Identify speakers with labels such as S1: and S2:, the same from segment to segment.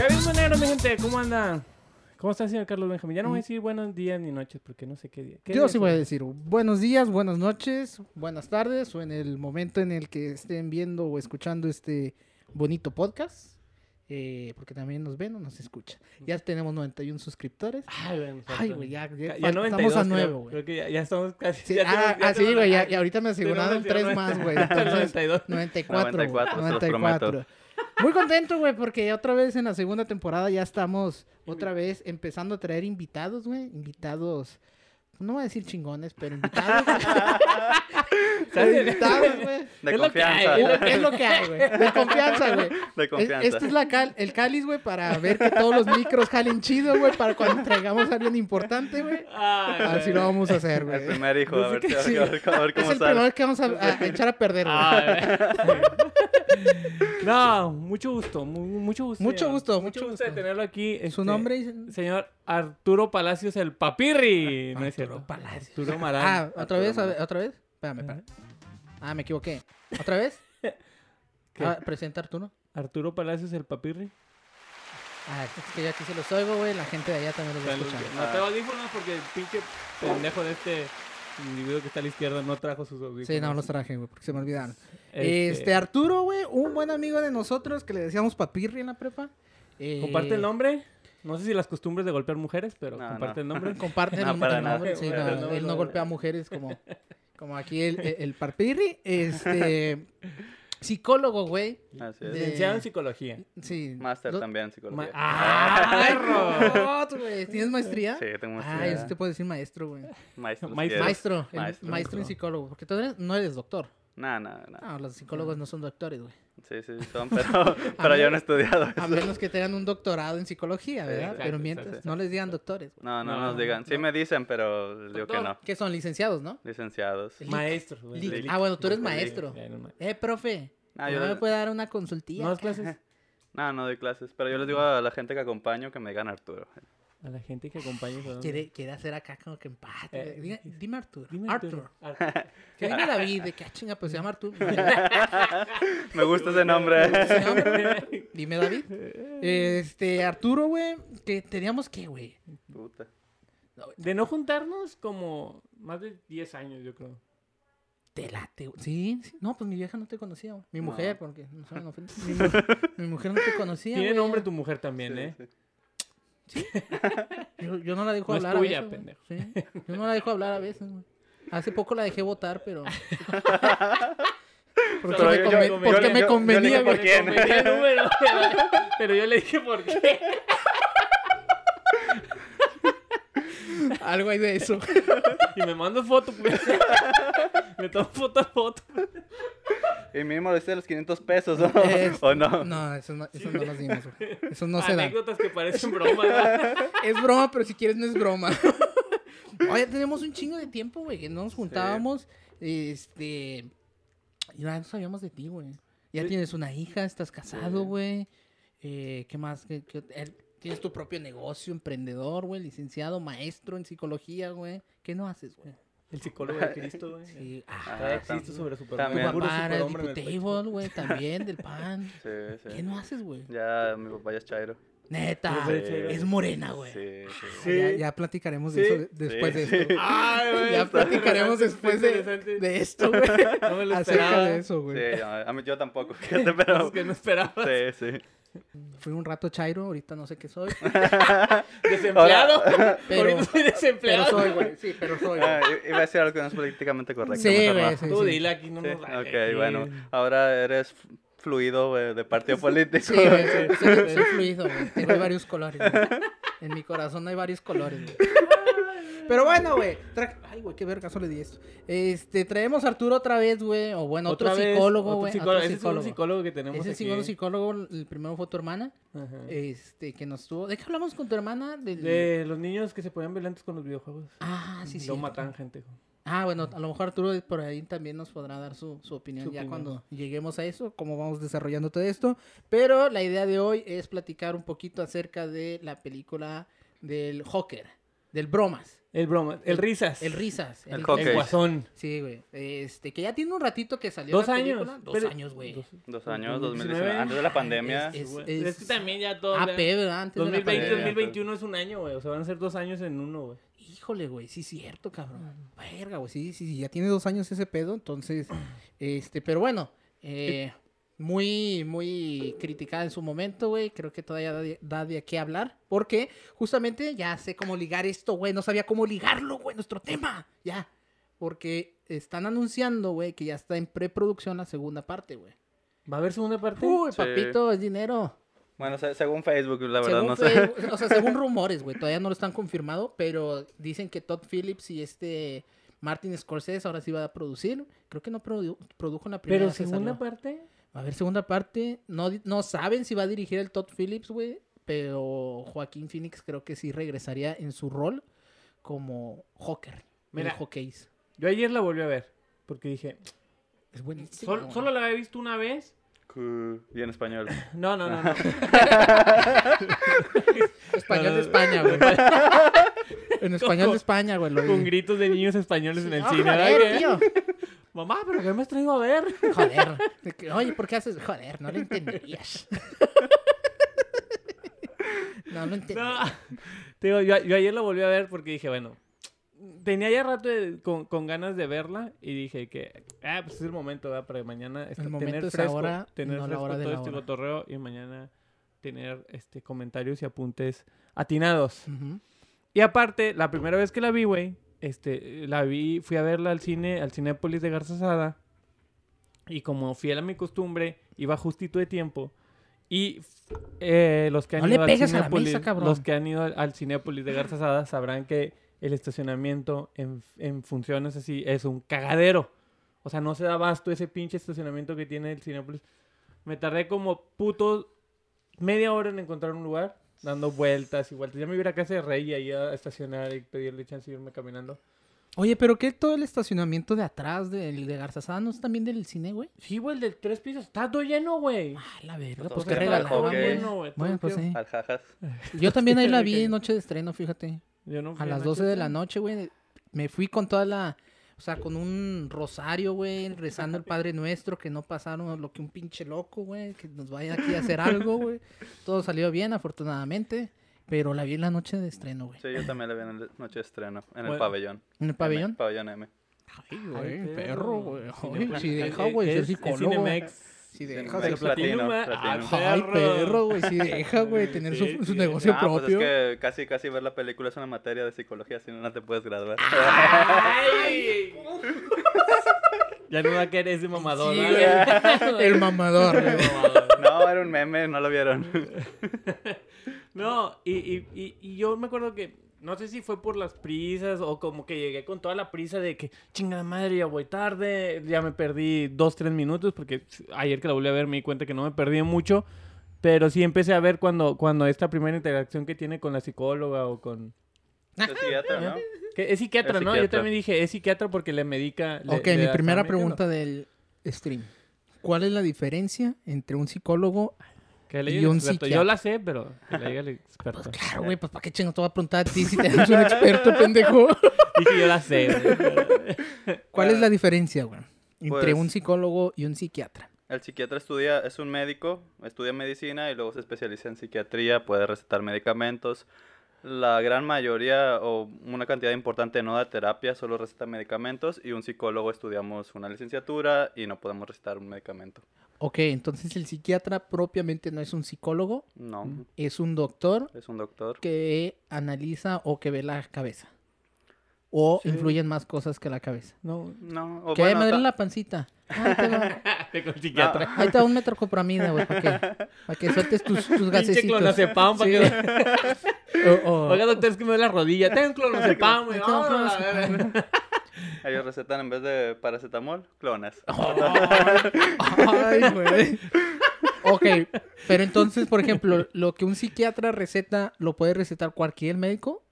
S1: onda, gente? ¿Cómo anda? ¿Cómo está, señor Carlos Benjamín? Ya no voy a decir buenos días ni noches porque no sé qué día. ¿Qué
S2: Yo
S1: día
S2: sí
S1: es
S2: voy a
S1: hoy?
S2: decir buenos días, buenas noches, buenas tardes o en el momento en el que estén viendo o escuchando este bonito podcast, eh, porque también nos ven o nos escuchan. Ya tenemos 91 suscriptores.
S1: Ay, güey. nosotros.
S2: Ay, güey, ya, ya
S1: Ah, Ya,
S2: fal-
S1: 92,
S2: estamos a
S1: creo.
S2: nueve, güey.
S1: Creo que ya, ya estamos casi.
S2: Sí,
S1: ya
S2: ah,
S1: tenemos- ya
S2: ah, sí,
S1: tenemos-
S2: güey, ya,
S1: ah,
S2: y ahorita me aseguraron
S1: tenemos
S2: tres
S1: 92.
S2: más, güey.
S1: Tenemos
S2: Entonces,
S1: 92.
S2: 94,
S3: 94,
S2: 94.
S3: se los prometo.
S2: 94. Muy contento, güey, porque otra vez en la segunda temporada ya estamos otra vez empezando a traer invitados, güey. Invitados, no voy a decir chingones, pero invitados. güey.
S1: ¿Sabes?
S2: invitados, güey.
S3: De
S1: Es lo que hay,
S3: confianza.
S2: Es lo- Es lo que hay, güey. De confianza, güey.
S3: De
S2: Es-
S3: confianza.
S2: Este es la cal- el cáliz, güey, para ver que todos los micros jalen chido, güey, para cuando traigamos a alguien importante, güey.
S1: Ay,
S2: Así lo
S1: güey.
S2: vamos a hacer, güey.
S3: El primer hijo, a ver,
S2: Dice que
S3: a
S2: sí.
S3: ver- a ver cómo- a ver
S2: Es
S3: cómo
S2: el
S3: sale. Ah,
S2: primero que vamos a, a echar a perder, güey.
S1: No, mucho gusto, mu- mucho gusto.
S2: Mucho
S1: señor.
S2: gusto,
S1: mucho
S2: mucho
S1: gusto de
S2: gusto.
S1: tenerlo aquí.
S2: ¿Su
S1: este,
S2: nombre?
S1: Señor Arturo Palacios, el papirri. no es cierto.
S2: Palacios.
S1: Arturo Marán.
S2: Ah, ¿otra
S3: Arturo
S2: vez? A
S3: Marán.
S2: ver, ¿Otra vez? Espérame, espérame. Ah, me equivoqué. ¿Otra vez?
S1: ¿Qué?
S2: Ah, ¿Presenta Arturo?
S1: Arturo Palacios, el papirri.
S2: Ah, es que yo aquí se los oigo, güey. La gente de allá también los va a escuchar.
S1: No traigo audífonos porque el pinche pendejo de este individuo que está a la izquierda no trajo sus audífonos.
S2: Sí, no, los traje, güey, porque se me olvidaron.
S1: Este,
S2: Este, Arturo, güey, un buen amigo de nosotros que le decíamos papirri en la prepa. Eh,
S1: Comparte el nombre. No sé si las costumbres de golpear mujeres, pero
S3: No,
S1: comparte el nombre.
S2: Comparte
S3: No,
S2: el,
S3: para
S2: el
S3: nada.
S2: nombre. Sí,
S1: Bueno,
S2: no,
S1: el nombre
S2: él
S1: no-
S2: no golpea a mujeres como, como aquí el, el, el papirri. Este, psicólogo, güey.
S3: Así es.
S2: De-
S1: Licenciado en psicología.
S2: Sí.
S3: Máster
S2: Lo-
S3: también, en
S1: Ma-
S3: psicología.
S1: ¡Ah, perro!
S2: ¡Ah, no, güey! ¿Tienes maestría?
S3: Sí, eh, tengo
S2: Ah,
S3: maestría.
S2: yo sí te puedo decir maestro, güey.
S3: Maestro.
S1: Maestro.
S2: Maestro, el
S3: Maestro.
S2: maestro, en psicólogo. Porque tú eres- no eres doctor.
S3: No, no, no.
S2: No, los psicólogos no son doctores, güey.
S3: Sí, sí, son, pero, pero yo no he estudiado
S2: A
S3: eso.
S2: menos que tengan un doctorado en psicología,
S3: Sí,
S2: ¿verdad?
S3: exacto,
S2: Pero
S1: exacto,
S2: mientras, no les digan doctores, güey.
S3: No, no,
S1: No,
S3: nos digan. Sí me dicen, pero les digo que no.
S2: Que son licenciados, ¿no?
S3: Licenciados.
S2: Lic.
S1: Maestro.
S2: Lic.
S3: Lic.
S2: Ah, bueno, tú eres
S3: Lic.
S2: maestro.
S1: Ya, no, ma-
S2: Eh, profe,
S3: Ah,
S2: ¿no
S3: yo-
S2: me puede dar una consultilla?
S1: ¿No das clases?
S3: No, no doy clases, pero yo les digo a la gente que acompaño que me digan Arturo.
S1: A la gente que acompaña. ¿a dónde?
S2: Quiere, quiere hacer acá como que empate.
S1: Eh,
S2: güey. Diga- dime Arturo.
S1: Dime,
S2: Arthur.
S1: Arturo. Arturo.
S2: Que venga David, de que ah, chinga, pues se llama Arturo.
S3: Me gusta ese nombre.
S2: Se llama- Dime David. Este, Arturo, güey, que teníamos que, güey.
S3: Puta.
S1: De no juntarnos como más de 10 años, yo creo.
S2: Te late, güey. Sí, sí. No, pues mi vieja no te conocía, güey. Mi
S3: No.
S2: mujer, porque no saben ofender. Mi, mu- mi mujer no te conocía,
S1: Tiene
S2: güey.
S1: nombre tu mujer también,
S3: Sí,
S1: ¿eh?
S3: sí.
S2: Yo, yo no la dejo
S1: No es
S2: hablar
S1: tuya,
S2: a veces.
S1: pendejo.
S2: güey. Sí. Yo no la dejo hablar a veces, güey. Hace poco la dejé votar, pero. Porque
S3: Pero
S2: me,
S3: yo- yo-
S2: conven-
S3: yo-
S2: porque
S3: yo-
S2: me
S3: yo- yo
S2: convenía,
S3: dije por
S2: güey.
S3: quién.
S1: Me dio el número, pero yo le dije por qué.
S2: Algo hay de eso.
S1: Y me mando foto. pues. Me tomo foto a foto.
S3: Y mínimo le hice los 500 pesos, ¿no?
S2: Es-
S3: ¿O no?
S2: No, eso no, eso no nos dimos, güey. Eso
S3: Ah,
S2: no se da.
S1: Anécdotas que parecen bromas. ¿verdad?
S2: Es broma, pero si quieres no es broma. Oye, tenemos un chingo de tiempo, güey, que no nos juntábamos. Este. Y ya no sabíamos de ti, güey. Ya
S1: Sí.
S2: tienes una hija, estás casado,
S3: Sí.
S2: güey. Eh, ¿Qué más? ¿Qué- qué- eh, tienes tu propio negocio, emprendedor, güey, licenciado, maestro en psicología, güey. ¿qué no haces, güey?
S1: El psicólogo de Cristo, güey.
S2: Sí, ah,
S3: Ah,
S1: Todavía existo
S3: tam-
S1: sobre Superman.
S2: tu
S3: también.
S1: Puro
S2: papá era
S1: superhombre en el
S2: diputado, güey, también del PAN.
S3: Sí, sí.
S2: ¿Qué no haces, güey?
S3: Ya mi papá ya es chairo.
S2: Neta,
S1: Sí.
S2: es morena, güey. Ah,
S3: Sí, sí.
S2: Ya, ya platicaremos de
S1: Sí. Ah,
S2: eso de- después
S3: Sí,
S2: de
S3: sí.
S2: esto.
S1: Ay, güey,
S2: Ya
S1: está
S2: platicaremos
S1: interesante,
S2: después
S1: está
S2: de,
S1: interesante.
S2: de esto, güey.
S1: No me lo
S2: Acerca
S1: esperaba.
S2: de eso, güey.
S3: Sí, a a mí yo tampoco, fíjate, pero...
S1: Cosas que no esperaba.
S3: Sí, sí.
S2: Fui un rato chairo, ahorita no sé qué soy.
S1: Desempleado.
S2: Pero-
S1: Ahorita soy
S2: Pero
S1: desempleado.
S2: soy, güey. Sí, pero soy. güey.
S3: Ah, i- iba a decir algo que no es políticamente correcto.
S2: Sí,
S3: mejor
S2: güey,
S3: no.
S2: sí,
S1: Tú
S2: sí.
S1: dile aquí, no
S3: Sí,
S1: nos
S3: ok,
S1: aquí.
S3: bueno. Ahora eres f- fluido güey, de partido político.
S2: Sí, güey, soy, soy- soy fluido, güey. Tengo varios colores, güey. En mi corazón hay varios colores, güey. Pero bueno, güey. tra- Ay, güey, qué vergazo le di esto. Este, traemos a Arturo otra vez, güey. O bueno, otro
S1: vez,
S2: psicólogo,
S1: otro
S2: güey.
S1: psicólogo.
S2: Otro
S1: Ese es un
S2: psicólogo.
S1: psicólogo que tenemos
S2: Es el
S1: aquí.
S2: segundo psicólogo, el primero fue tu hermana.
S1: Ajá.
S2: Este, que nos tuvo. ¿De qué hablamos con tu hermana? Del-
S1: De los niños que se ponían violentos con los videojuegos.
S2: Ah, sí, sí.
S1: Lo matan gente.
S2: Ah, bueno, a lo mejor Arturo por ahí también nos podrá dar su, su opinión
S1: Su
S2: ya
S1: opinión.
S2: cuando lleguemos a eso, cómo vamos desarrollando todo esto. Pero la idea de hoy es platicar un poquito acerca de la película del Joker. Del bromas.
S1: El broma. El risas.
S2: El risas.
S3: El
S1: El
S3: Ok.
S1: guasón.
S2: Sí, güey. Este, que ya tiene un ratito que salió.
S1: Dos
S2: la
S1: años.
S2: película. Dos
S1: Pero-
S2: años, güey. Ah,
S1: Dos-
S3: Dos años,
S1: 2019.
S3: 2019, antes de la pandemia.
S2: Es-
S1: güey. Es, Ah, que también ya todo.
S2: AP, ¿verdad? Antes de la
S1: 2020,
S2: pandemia.
S1: 2021 es un año, güey. O sea, van a ser dos años en uno, güey.
S2: Híjole, güey, sí es cierto, cabrón. Verga, güey, sí, sí, sí, ya tiene dos años ese pedo, entonces, este, pero bueno, eh, muy, muy criticada en su momento, güey, creo que todavía da de, da de qué hablar, porque justamente ya sé cómo ligar esto, güey, no sabía cómo ligarlo, güey, nuestro tema, ya, porque están anunciando, güey, que ya está en preproducción la segunda parte, güey.
S1: ¿Va a haber segunda parte?
S2: Uy,
S3: Sí.
S2: papito, es dinero.
S3: Bueno, se- según Facebook, la verdad,
S2: Según
S3: no sé.
S2: Facebook- o sea, según rumores, güey, todavía no lo están confirmado, pero dicen que Todd Phillips y este Martin Scorsese ahora sí va a producir. Creo que no produ- produjo en la primera.
S1: Pero
S2: que
S1: segunda
S2: salió.
S1: parte.
S2: A ver, segunda parte. No, di- no saben si va a dirigir el Todd Phillips, güey, pero Joaquín Phoenix creo que sí regresaría en su rol como Joker.
S1: Mira.
S2: Mira. El Hawkeyes.
S1: Yo ayer la volví a ver. Porque dije,
S2: Es buenísimo.
S1: sol-
S2: güey.
S1: solo la había visto una vez.
S3: Y en español.
S1: No, no, no, no.
S2: Español de España, güey. en español de España, güey. lo vi.
S1: Con gritos de niños españoles en el
S2: Ah,
S1: cine.
S2: joder,
S1: ¿verdad?
S2: tío.
S1: Mamá, ¿pero qué me has traído a ver?
S2: Joder. De que, Oye, ¿por qué haces? Joder, no lo entendías. No lo
S1: No.
S2: entendías.
S1: Te digo, yo, yo ayer la volví a ver porque dije, bueno, tenía ya rato de- con, con ganas de verla y dije que, ah, pues es el momento, ¿verdad? Para mañana este,
S2: momento
S1: tener
S2: es
S1: fresco,
S2: ahora,
S1: tener
S2: no la
S1: fresco
S2: hora de
S1: todo
S2: la
S1: este
S2: hora.
S1: cotorreo y mañana tener este, comentarios y apuntes atinados.
S2: Ujú.
S1: Y aparte, la primera vez que la vi, güey, este, la vi, fui a verla al cine, al Cinépolis de Garzasada. Y como fiel a mi costumbre, iba justito de tiempo. Y f- eh, los que han
S2: No le
S1: ido al
S2: pegues a la
S1: Cinépolis,
S2: mesa, cabrón.
S1: los que han ido al, al Cinépolis de Garzasada sabrán que el estacionamiento en, en funciones así es un cagadero. O sea, no se da abasto ese pinche estacionamiento que tiene el Cinépolis. Me tardé como puto media hora en encontrar un lugar, dando vueltas y vueltas. Ya me hubiera a casa de rey y ahí a estacionar y pedirle chance de irme caminando.
S2: Oye, pero ¿qué todo el estacionamiento de atrás del de Garzazada no es también del cine, güey?
S1: Sí, güey, el del tres pisos. Está todo lleno, güey.
S2: Ah, la verga,
S3: No,
S2: pues
S3: pues,
S2: qué
S3: que
S2: regalaban,
S3: todo
S2: güey.
S1: lleno, güey, todo
S2: Bueno, pues sí.
S1: lleno.
S3: Al jajas.
S2: Yo también ahí la vi
S1: Ok.
S2: en noche de estreno, fíjate.
S1: Yo no fui
S2: A las
S1: anoche,
S2: 12 de la
S1: ¿sí?
S2: noche, güey. Me fui con toda la. O sea, con un rosario, güey, rezando el Padre Nuestro, que no pasaron lo que un pinche loco, güey, que nos vaya aquí a hacer algo, güey. Todo salió bien, afortunadamente, pero la vi en la noche de estreno, güey.
S3: Sí, yo también la vi en la noche de estreno, en
S1: Bueno.
S3: el pabellón.
S2: ¿En el
S3: M,
S2: pabellón?
S3: pabellón M.
S2: Ay,
S1: Ay,
S2: Ay,
S1: Cinemex.
S2: Si deja, güey,
S1: Es-
S2: ser
S1: es
S2: psicólogo.
S1: Cinemex. ah,
S2: Si
S3: deja
S2: deja
S3: ser
S2: ser
S3: Cinemex Platino, platino.
S2: Ay, perro, güey, si deja, güey, tener
S1: Sí,
S2: su, su
S1: sí.
S2: negocio
S3: Ah, pues
S2: propio.
S3: es que casi, casi ver la película es una materia de psicología, si no, no te puedes graduar.
S1: Ay. Ya no va a caer ese mamador.
S2: Sí,
S1: ¿verdad?
S2: güey. El mamador, güey.
S3: No, era un meme, no lo vieron.
S1: No, y, y- y- y yo me acuerdo que, no sé si fue por las prisas o como que llegué con toda la prisa de que, chingada madre, ya voy tarde, ya me perdí dos, tres minutos, porque ayer que la volví a ver me di cuenta que no me perdí mucho, pero sí empecé a ver cuando, cuando esta primera interacción que tiene con la psicóloga o con...
S3: Es psiquiatra, ¿no?
S1: que es psiquiatra,
S3: Es
S1: ¿no? Yo
S3: psiquiatra.
S1: también dije, es psiquiatra porque le medica... le-
S2: Ok,
S1: le
S2: mi
S1: da-
S2: primera
S1: ¿está medicando?
S2: pregunta del stream. ¿Cuál es la diferencia entre un psicólogo?
S1: Que le
S2: y
S1: diga el
S2: un
S1: experto. Yo
S2: psiquiatra.
S1: la sé, pero que le diga el experto.
S2: Claro, güey, pues ¿para qué chingo te voy a preguntar a ti si te eres un experto, pendejo?
S1: Dije, yo la sé. güey.
S2: ¿Cuál es la diferencia, güey? Entre
S3: Pues-
S2: un psicólogo y un psiquiatra.
S3: El psiquiatra estudia, es un médico, estudia medicina y luego se especializa en psiquiatría, puede recetar medicamentos. La gran mayoría o una cantidad importante no da terapia, solo receta medicamentos y un psicólogo estudiamos una licenciatura y no podemos recetar un medicamento.
S2: Ok, entonces el psiquiatra propiamente no es un psicólogo,
S3: No,
S2: es un doctor
S3: es un doctor.
S2: que analiza o que ve la cabeza. O
S1: Sí.
S2: influyen más cosas que la cabeza.
S1: No,
S3: No, o
S2: que
S3: Pues bueno,
S2: me
S3: Ah,
S2: duele
S3: ta-
S2: la pancita. Ahí te va,
S1: con el psiquiatra.
S2: ahí te va un metrocopramida, güey, para que, para que sueltes tus, tus
S1: Pinche
S2: gasecitos.
S1: clonazepam para
S2: Sí.
S1: que...
S2: O- o-
S1: Oiga, doctor, es que me duele la rodilla. Ten clonazepam, güey.
S2: Ten
S1: vámonos a la
S2: clonazepam.
S1: verga.
S3: Ellos recetan en vez de paracetamol, clonas.
S2: Ay, güey. Ok, pero entonces, por ejemplo, lo que un psiquiatra receta, ¿lo puede recetar cualquier médico?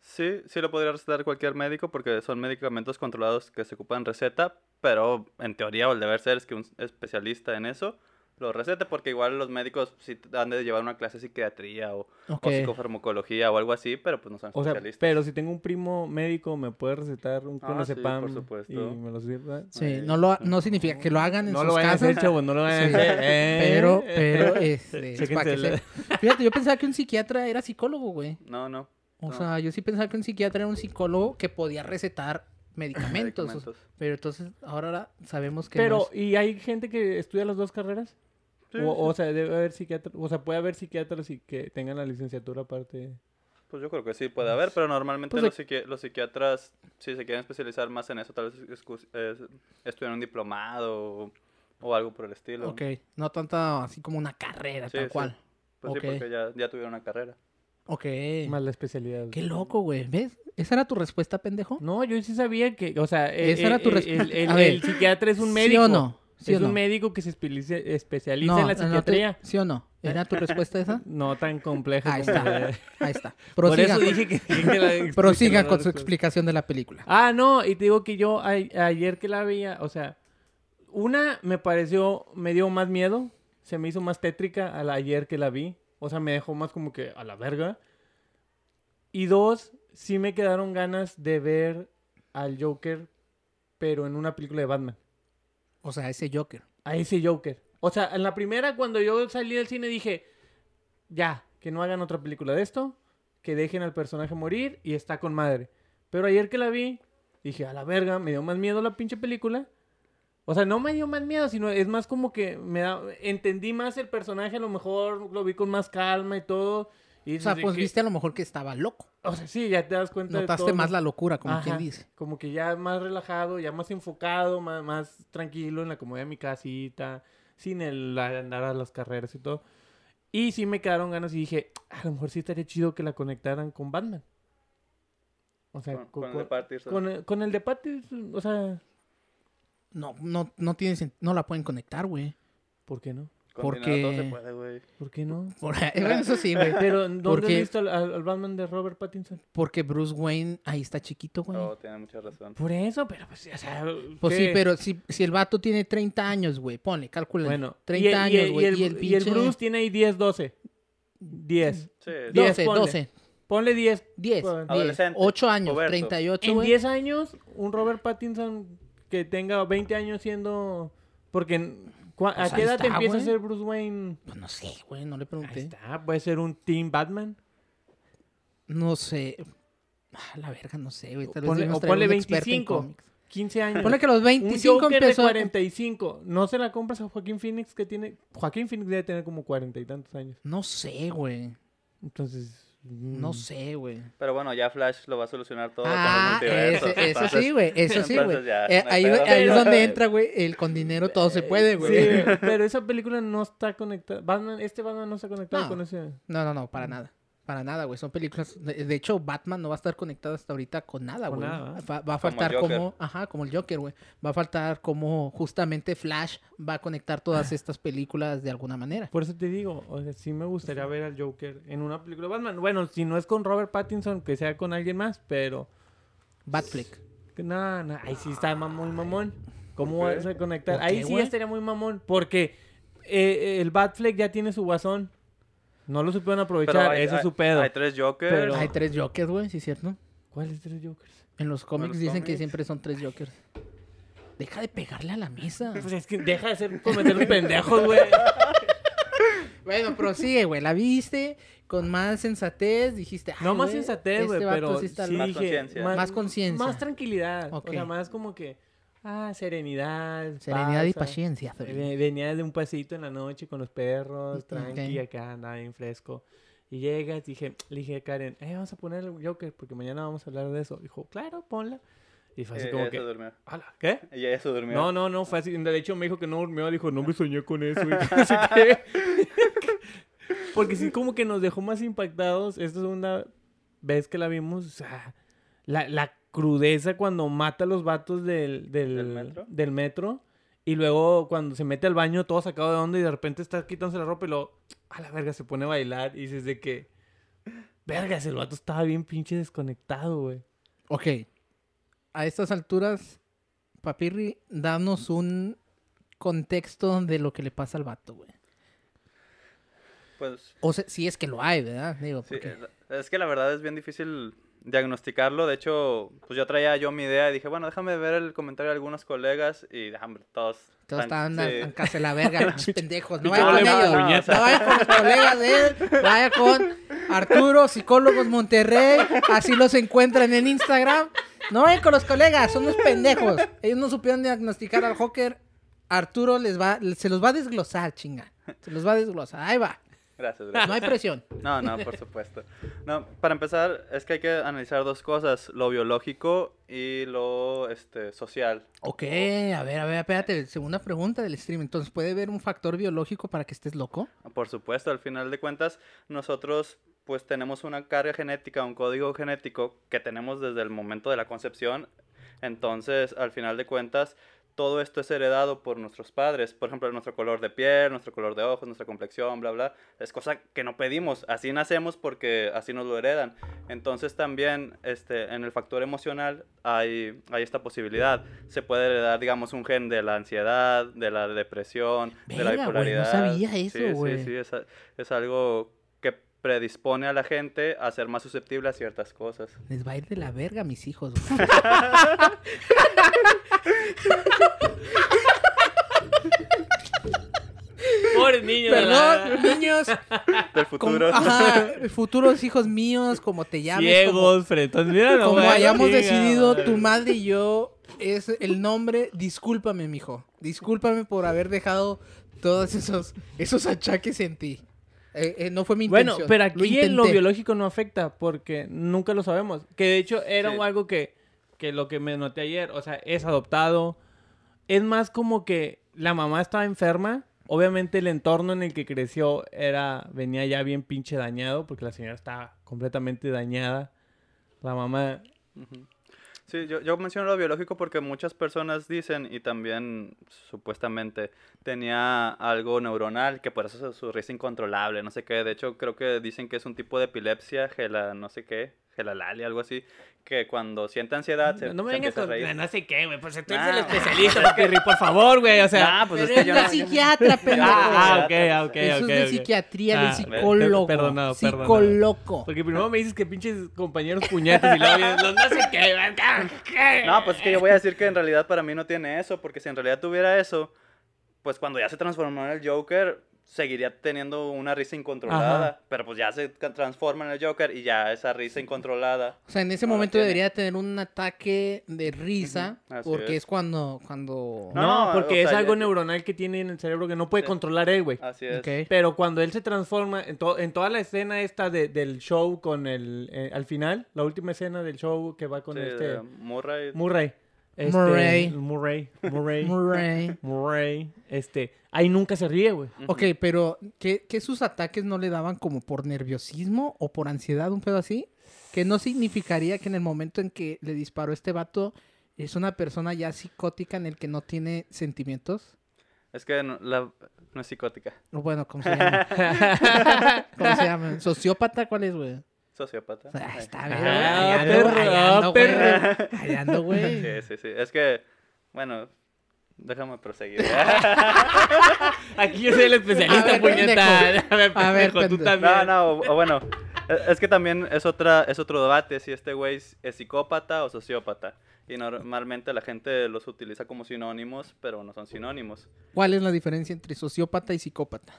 S3: Sí, sí lo podría recetar cualquier médico porque son medicamentos controlados que se ocupan receta, pero en teoría o el deber ser es que un especialista en eso lo recete, porque igual los médicos sí han de llevar una clase de psiquiatría o,
S2: Ok.
S3: o psicofarmacología o algo así, pero pues no son
S1: O sea,
S3: especialistas.
S1: pero si tengo un primo médico, me puede recetar un
S3: Ah, sí,
S1: clonazepam
S3: por supuesto.
S1: y me lo sirva.
S2: Sí, no, lo, ha- no significa que lo hagan en
S1: No
S2: sus
S1: lo vayan a
S2: casas.
S1: hacer, chavos, no lo vayan
S2: Sí.
S1: a hacer. Eh,
S2: Pero,
S1: eh,
S2: pero,
S1: eh.
S2: este, es pa' que
S1: Chéquensela.
S2: sepa. Fíjate, yo pensaba que un psiquiatra era psicólogo, güey.
S3: No, no.
S2: O
S3: No.
S2: sea, yo sí pensaba que un psiquiatra era un psicólogo que podía recetar medicamentos.
S3: medicamentos.
S2: Pero entonces, ahora sabemos que. no
S1: Pero,
S2: es-
S1: ¿y hay gente que estudia las dos carreras?
S3: Sí,
S1: o, o
S3: sí.
S1: sea, debe haber psiquiatra, o sea, puede haber psiquiatras y que tengan la licenciatura aparte.
S3: Pues yo creo que sí puede haber, pero normalmente
S1: Pues,
S3: los, psiqui- los psiquiatras, si se quieren especializar más en eso, tal vez escu- eh, estudian un diplomado o, o algo por el estilo.
S2: Ok, no tanta así como una carrera,
S3: Sí,
S2: tal
S3: sí.
S2: cual.
S3: Pues
S2: ok.
S3: sí, porque ya, ya tuvieron una carrera.
S2: Ok.
S1: Más la especialidad.
S2: Qué loco, güey. ¿Ves? ¿Esa era tu respuesta, pendejo?
S1: No, yo sí sabía que, o sea, eh,
S2: Esa era tu
S1: eh,
S2: respuesta.
S1: el, el-
S2: A ver,
S1: el psiquiatra es un médico.
S2: ¿Sí o no? ¿Sí
S1: es
S2: o no?
S1: un médico que se especializa, especializa
S2: No,
S1: en la
S2: no, no te-
S1: psiquiatría.
S2: ¿Sí o no? ¿Era tu respuesta esa?
S1: No tan compleja.
S2: Ahí
S1: como
S2: está.
S1: la-
S2: Ahí está.
S1: Por
S2: Prosiga.
S1: eso dije que, que la explique,
S2: Prosiga
S1: la
S2: con su
S1: verdad.
S2: explicación de la película.
S1: Ah, no, y te digo que yo a- ayer que la veía, o sea, una me pareció, me dio más miedo, se me hizo más tétrica a la ayer que la vi, o sea, me dejó más como que a la verga. Y dos, sí me quedaron ganas de ver al Joker, pero en una película de Batman,
S2: O sea, ese Joker.
S1: a ese Joker. O sea, en la primera cuando yo salí del cine dije, ya, que no hagan otra película de esto, que dejen al personaje morir y está con madre. Pero ayer que la vi, dije, a la verga, me dio más miedo la pinche película. O sea, no me dio más miedo, sino es más como que me da, entendí más el personaje, a lo mejor lo vi con más calma y todo. Y
S2: O sea,
S1: desde
S2: pues
S1: que-
S2: viste a lo mejor que estaba loco.
S1: o sea, sí, ya te das cuenta de
S2: Notaste
S1: todo,
S2: más
S1: ¿no?
S2: la locura, como quien
S1: Ajá,
S2: dice.
S1: Como que ya más relajado, ya más enfocado, más, más tranquilo en la comodidad de mi casita, sin el andar a las carreras y todo. Y sí me quedaron ganas y dije, "Ah, a lo mejor sí estaría chido que la conectaran con Batman. O sea,
S3: Con,
S1: co-
S3: con el
S1: co-
S3: de Pattinson.
S1: con el- con el de Pattinson, o sea,
S2: No, no, no tiene sen- no la pueden conectar, güey.
S1: ¿por qué no?
S3: Con
S2: porque-
S3: dinero todo se puede, güey.
S1: ¿Por qué no?
S2: Por- bueno, eso sí, güey.
S1: Pero ¿dónde
S2: Porque-
S1: has visto al, al- al Batman de Robert Pattinson?
S2: Porque Bruce Wayne ahí está chiquito, güey.
S3: Oh, tiene mucha razón.
S1: Por eso, pero pues, o sea,
S2: Pues sí,
S1: ¿qué?
S2: pero si, si el vato tiene 30 años, güey, ponle, cálcula.
S1: bueno, y,
S2: 30
S1: el-
S2: años,
S1: y
S2: güey.
S1: el, y, el, y el
S2: pinche-
S1: Bruce tiene ahí 10, 12. 10.
S3: Sí,
S1: Diez,
S2: 12,
S1: ponle.
S2: 12,
S1: Ponle 10.
S2: 10,
S1: Bueno.
S2: 10,
S3: Adolescente,
S2: 8 años,
S3: puberto.
S2: 38,
S1: En
S2: güey.
S1: 10 años, un Robert Pattinson que tenga 20 años siendo... Porque en- cua-
S2: Pues
S1: ¿a
S2: ahí
S1: qué edad
S2: está,
S1: empieza
S2: güey.
S1: a ser Bruce Wayne?
S2: Pues no sé, güey, no le
S1: Ahí
S2: pregunté.
S1: está, puede ser un Team Batman.
S2: No sé. Ah, la verga, no sé, güey. Tal
S1: O ponle-
S2: vez
S1: o
S2: debemos traer
S1: ponle
S2: un experto en
S1: 25.
S2: cómics.
S1: 15 años.
S2: Ponle que a los
S1: un
S2: 25
S1: Joker
S2: empezó.
S1: de 45. ¿No se la compras a Joaquín Phoenix que tiene... Joaquín Phoenix debe tener como cuarenta y tantos años.
S2: No sé, güey.
S1: Entonces...
S2: No
S1: mm,
S2: sé, güey.
S3: Pero bueno, ya Flash lo va a solucionar todo
S2: Ah,
S3: con los multiversos.
S2: ese- eso
S3: entonces-
S2: sí, güey. Eso sí, güey.
S3: entonces ya,
S2: Eh,
S3: no hay
S2: ahí,
S3: pedo.
S2: ahí es
S1: Pero-
S2: donde entra, güey. El con dinero todo se puede, güey.
S1: Sí, güey, pero esa película no está conectada. Batman, este Batman no está conectado
S2: No.
S1: con ese...
S2: No, no, no, para
S1: Mm.
S2: nada. Para nada, güey. Son películas. De de hecho, Batman no va a estar conectado hasta ahorita con nada,
S1: Con
S2: güey.
S1: nada, ¿eh? ¿verdad?
S2: Va, va a
S3: Como el
S2: faltar como,
S3: Joker.
S2: Ajá, como el Joker, güey. Va a faltar como justamente Flash va a conectar todas estas películas de alguna manera.
S1: Por eso te digo, o sea, sí me gustaría ver al Joker en una película de Batman. Bueno, si no es con Robert Pattinson, que sea con alguien más, pero...
S2: Batfleck.
S1: que No, no, ahí sí está mam- muy mamón. ¿Cómo
S3: ¿Por qué?
S1: vas a conectar?
S2: ¿Por
S1: Ahí
S2: qué,
S1: sí
S2: güey?
S1: estaría muy mamón, porque eh, el Batfleck ya tiene su guasón. No lo supieron aprovechar,
S3: Pero hay-
S1: ese es
S3: hay-
S1: su pedo.
S3: Hay tres Jokers.
S1: Pero-
S2: Hay tres Jokers, güey, sí, cierto.
S1: ¿Cuáles tres Jokers?
S2: En los cómics
S3: los
S2: dicen que
S3: cómics.
S2: siempre son tres Jokers. Deja de pegarle a la mesa.
S1: Pues es que deja de ser cometer pendejos, güey.
S2: Bueno, prosigue, güey. La viste con más sensatez. Dijiste. "Ay,
S1: No más
S2: güey, este
S1: sensatez, güey,
S2: vato
S1: pero
S2: sí
S1: sí,
S2: está
S3: Más
S1: dije,
S3: conciencia.
S2: Más conciencia.
S1: Más tranquilidad.
S2: Ok.
S1: O sea, más como que, ah, serenidad.
S2: Serenidad y
S1: pausa.
S2: paciencia. Freddy.
S1: Eh, Ve- Venía de un pasito en la noche con los perros,
S2: Mm,
S1: tranqui,
S2: ok.
S1: acá andaba bien fresco. Y llegas, dije, le dije a Karen, eh, vamos a poner el Joker porque mañana vamos a hablar de eso. Dijo, claro, ponla. Y fue así
S3: Eh,
S1: como
S3: ella se
S1: que,
S3: durmió.
S1: "Ala, ¿qué?
S3: Ella ya se durmió.
S1: No, no, no, fue así. De hecho, me dijo que no durmió, dijo, no me soñé con eso. y que no sé qué. Porque sí, como que nos dejó más impactados. Esta es una vez que la vimos, o sea, la, la crudeza cuando mata a los vatos del, del,
S3: ¿Del metro?
S1: del metro, Y luego cuando se mete al baño, todo sacado de onda y de repente está quitándose la ropa y luego, a la verga, se pone a bailar. Y dices de que, vergas, el vato estaba bien pinche desconectado, güey.
S2: Ok. A estas alturas, Papirri, danos un contexto de lo que le pasa al vato, güey.
S3: Pues
S2: O sea, si es que lo hay, ¿verdad? Digo,
S3: sí,
S2: porque-
S3: la- es que la verdad es bien difícil diagnosticarlo. De hecho, pues yo traía yo mi idea y dije, bueno, déjame ver el comentario de algunos colegas y déjame, todos.
S2: Todos
S3: están-
S2: estaban
S3: sí.
S2: tan casi la verga, pinches pendejos. No
S1: pinche
S2: vaya con
S1: mole-
S2: ellos.
S1: no,
S2: No,
S1: puñeta.
S2: vaya con los colegas de él. Vaya con Arturo, psicólogos Monterrey. Así los encuentran en Instagram. No vaya con los colegas, son unos pendejos. Ellos no supieron diagnosticar al Joker. Arturo les va, se los va a desglosar, chinga. Se los va a desglosar. Ahí va.
S3: Gracias, gracias.
S2: No hay presión.
S3: No, no, por supuesto. No, para empezar, es que hay que analizar dos cosas, lo biológico y lo este, social.
S2: Ok, a ver, a ver, espérate. Segunda pregunta del stream. Entonces, ¿puede haber un factor biológico para que estés loco?
S3: Por supuesto, al final de cuentas, nosotros pues tenemos una carga genética, un código genético que tenemos desde el momento de la concepción. Entonces, al final de cuentas, todo esto es heredado por nuestros padres. Por ejemplo, nuestro color de piel, nuestro color de ojos, nuestra complexión, bla, bla. Es cosa que no pedimos. Así nacemos porque así nos lo heredan. Entonces también este, en el factor emocional hay, hay esta posibilidad. Se puede heredar, digamos, un gen de la ansiedad, de la depresión, de la
S2: Verga, güey, no
S3: bipolaridad.
S2: sabía
S3: Sí,
S2: eso,
S3: sí,
S2: güey.
S3: Sí, es, a- es algo que predispone a la gente a ser más susceptible a ciertas cosas.
S2: Les va a ir de la verga a mis hijos. güey.
S1: Pobre niño. de la-
S2: Perdón, niños.
S3: Del
S2: como-
S3: futuro.
S2: ajá, futuros hijos míos, como te llames.
S1: Ciegos, frentón. Mira
S2: Como,
S1: nomás,
S2: como hayamos
S1: chinga,
S2: decidido,
S1: madre.
S2: tu madre y yo es el nombre. Discúlpame, mijo. Discúlpame por haber dejado todos esos, esos achaques en ti. Eh, eh, no fue mi
S1: Bueno,
S2: intención.
S1: pero aquí en lo
S2: intenté.
S1: biológico no afecta porque nunca lo sabemos. Que de hecho era
S3: Sí.
S1: algo que, que lo que me noté ayer, o sea, es adoptado. Es más como que la mamá estaba enferma. Obviamente el entorno en el que creció era venía ya bien pinche dañado porque la señora estaba completamente dañada. La mamá
S3: Sí, yo, yo menciono lo biológico porque muchas personas dicen y también supuestamente tenía algo neuronal que por eso su, su risa incontrolable, no sé qué. De hecho, creo que dicen que es un tipo de epilepsia, gela, no sé qué, gelalalia, algo así, que cuando siente ansiedad Ah, se,
S1: no me
S3: se
S1: vengas
S3: empieza a
S1: con
S3: reír.
S1: no sé qué, güey, pues tú eres
S3: Nah,
S1: el
S3: güey.
S1: especialista, Paquirri, por favor, güey, o sea,
S3: Nah, pues
S2: Pero
S3: es que
S2: es
S3: yo
S2: la
S3: no-
S2: psiquiatra, pendejo.
S1: ah, ah, ok,
S3: Psiquiatra,
S1: ah,
S3: o
S1: ok,
S3: sea.
S2: Eso
S1: ok,
S2: es de
S1: ok.
S2: psiquiatría,
S1: Ah,
S2: del psicólogo.
S1: perdonado, perdonado.
S2: Psicólogo.
S1: Porque primero me dices que pinches compañeros puñetas y luego vienes, los no sé qué, güey.
S3: No, pues es que yo voy a decir que en realidad para mí no tiene eso, porque si en realidad tuviera eso, pues cuando ya se transformó en el Joker, seguiría teniendo una risa incontrolada,
S1: Ajá.
S3: pero pues ya se ca- transforma en el Joker y ya esa risa incontrolada.
S2: O sea, en ese
S3: No la
S2: momento
S3: tiene.
S2: debería tener un ataque de risa,
S3: Ujú, así
S2: porque es.
S3: es.
S2: cuando, cuando...
S3: No,
S1: No,
S3: no,
S1: porque
S3: o
S1: es
S3: sea,
S1: algo
S3: ya-
S1: neuronal que tiene en el cerebro que no puede
S3: Sí. Ah,
S1: controlar él, güey.
S3: Así es.
S2: Ok.
S1: Pero cuando él se transforma, en, to- en toda la escena esta de- del show con el... eh, al final, la última escena del show que va con
S3: Sí,
S1: este...
S3: de um, Murray.
S1: Murray. Este,
S2: Murray.
S1: Murray. Murray.
S2: Murray.
S1: Murray. Este... Ahí nunca se ríe, güey.
S3: Ujú.
S2: Ok, pero ¿qué, qué sus ataques no le daban como por nerviosismo o por ansiedad, un pedo así? Que no significaría que en el momento en que le disparó este vato es una persona ya psicótica en el que no tiene sentimientos.
S3: Es que no, la- no es psicótica,
S2: O bueno, ¿cómo se llama? ¿Cómo se llama? ¿Sociópata? ¿Cuál es, güey?
S3: sociópata.
S2: Ah,
S3: Ay.
S2: está bien.
S1: Ah,
S2: güey,
S1: perro,
S2: ahí
S1: ah,
S2: ando, güey,
S1: perro.
S2: ahí ando, güey.
S3: Sí, sí, sí. Es que, bueno, déjame proseguir. Ah,
S1: Aquí yo soy el
S2: A
S1: especialista,
S2: ver, pendejo.
S1: puñeta. A ver,
S2: A
S1: pendejo,
S2: ver,
S1: tú
S2: pendejo.
S1: también.
S3: No, no, o- o bueno, e- es que también es otra es otro debate si este güey es es psicópata o sociópata. Y normalmente la gente los utiliza como sinónimos, pero no son sinónimos.
S2: ¿Cuál es la diferencia entre sociópata y psicópata?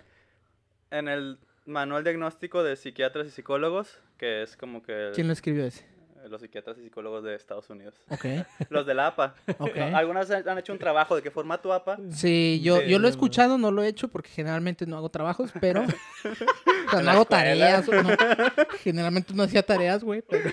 S3: En el manual diagnóstico de psiquiatras y psicólogos, que es como que el-
S2: ¿Quién lo escribió ese?
S3: los psiquiatras y psicólogos de Estados Unidos,
S2: Ok,
S3: los de la APA.
S2: ok.
S3: Algunas han han hecho un trabajo de qué forma tu APA.
S2: Sí, yo, yo lo he
S1: Sí.
S2: escuchado, no lo he hecho porque generalmente no hago trabajos, pero... O sea, no
S3: En la
S2: hago
S3: escuela.
S2: tareas. no- generalmente no hacía tareas, güey. pero-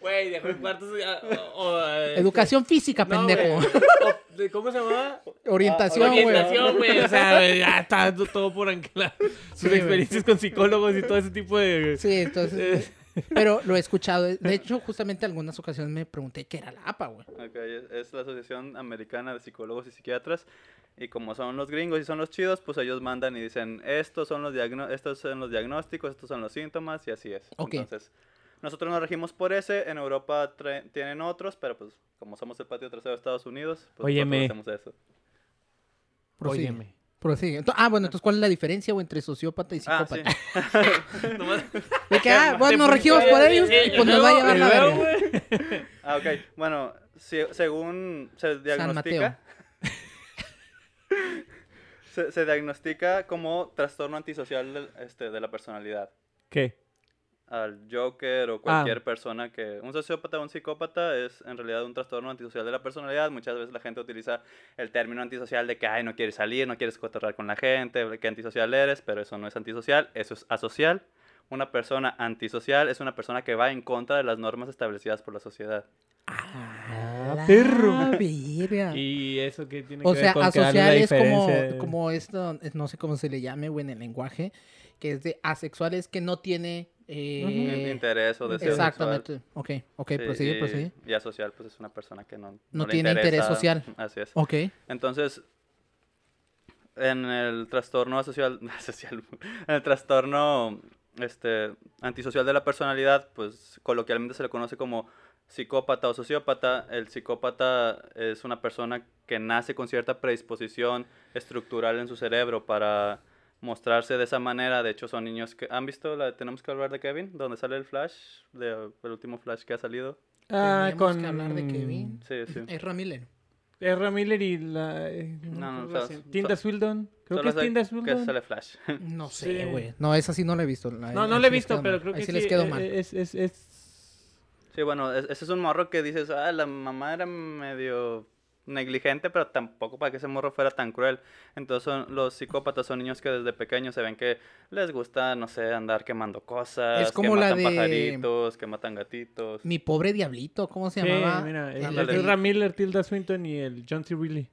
S1: Güey, dejó en cuartos... ah, o- o, este,
S2: Educación física,
S1: No,
S2: pendejo.
S1: güey. O- de- ¿Cómo se llamaba?
S2: Orientación, güey.
S1: Orientación, güey. O sea, güey, ya está todo por anclar. Sus
S2: güey.
S1: experiencias con psicólogos y todo ese tipo de.
S2: Sí, entonces... Pero lo he escuchado. De hecho, justamente algunas ocasiones me pregunté qué era la APA, güey.
S3: Ok, es- es la Asociación Americana de Psicólogos y Psiquiatras. Y como son los gringos y son los chidos, pues ellos mandan y dicen, estos son los, diagno- estos son los diagnósticos, estos son los síntomas y así es.
S2: Ok.
S3: Entonces, nosotros nos regimos por ese, en Europa tra- tienen otros, pero pues como somos el patio trasero de Estados Unidos, pues
S1: Óyeme.
S3: nosotros hacemos eso.
S2: Prosigue.
S1: Óyeme.
S2: Prosigue. Ento- ah, bueno, entonces, ¿cuál es la diferencia güey, entre sociópata y
S3: Ah,
S2: psicópata?
S3: sí.
S1: Nomás-
S2: De que, ah, bueno, nos regimos por ellos,
S1: Eh,
S2: pues nos va a llevar la verga.
S3: Ah, ok. Bueno, si- según se diagnostica. se, se diagnostica como trastorno antisocial del- este, de la personalidad.
S1: ¿Qué?
S3: Al Joker o cualquier persona que. Un sociópata o un psicópata es en realidad un trastorno antisocial de la personalidad. Muchas veces la gente utiliza el término antisocial de que, ay, no quieres salir, no quieres cotorrear con la gente, que antisocial eres, pero eso no es antisocial, eso es asocial. Una persona antisocial es una persona que va en contra de las normas establecidas por la sociedad.
S2: Ah, la
S1: perro.
S2: verga.
S1: ¿Y eso qué tiene
S2: O
S1: que
S2: sea,
S1: ver con que darle la
S2: asocial es como,
S1: diferencia de-
S2: como esto, es- no sé cómo se le llame, güey, en el lenguaje, que es de asexuales que no tiene...
S3: In-
S2: Eh,
S3: interés o deseo
S2: exactamente. Ok, ok,
S3: sexual. Sí,
S2: prosigue,
S3: y,
S2: prosigue.
S3: y asocial, pues es una persona que no, le
S2: tiene interés
S3: interesa.
S2: social.
S3: Así es.
S2: Ok.
S3: Entonces, en el trastorno asocial, asocial, en el trastorno este, antisocial de la personalidad, pues coloquialmente se le conoce como psicópata o sociópata. El psicópata es una persona que nace con cierta predisposición estructural en su cerebro para mostrarse de esa manera. De hecho, son niños que... ¿Han visto la de Tenemos que hablar de Kevin? Donde sale el flash, de- el último flash que ha salido.
S1: Ah,
S2: Teníamos
S1: con...
S2: que hablar de Kevin.
S3: Sí, sí.
S2: Es Ramírez.
S1: Ezra Miller y la... eh,
S3: No, no,
S1: ¿cómo la
S3: sabes,
S1: hacen? Tilda
S3: so-
S1: Swildon. Creo que
S3: Solo
S1: es
S3: sé
S1: Tilda
S3: que
S1: Swildon.
S3: sale flash.
S2: No
S1: Sí.
S2: sé, güey. No, esa sí no la he visto. la-
S1: No,
S2: ahí
S1: no
S2: sí
S1: la he
S2: les
S1: visto,
S2: quedo
S1: pero
S2: mal.
S1: creo que
S2: Ahí sí
S1: sí.
S2: les quedo
S1: eh,
S2: mal.
S1: Es, es, es...
S3: Sí, bueno, es- ese es un morro que dices, ah, la mamá era medio negligente, pero tampoco para que ese morro fuera tan cruel. Entonces son- los psicópatas son niños que desde pequeños se ven que les gusta, no sé, andar quemando cosas,
S2: Es como
S3: que
S2: la
S3: matan
S2: de-
S3: pajaritos, que matan gatitos.
S2: Mi pobre diablito, ¿cómo se
S1: sí,
S2: llamaba? Eh,
S1: mira,
S2: El-
S1: el,
S3: ándale.
S1: el Ezra Miller, Tilda Swinton y el John C. Reilly.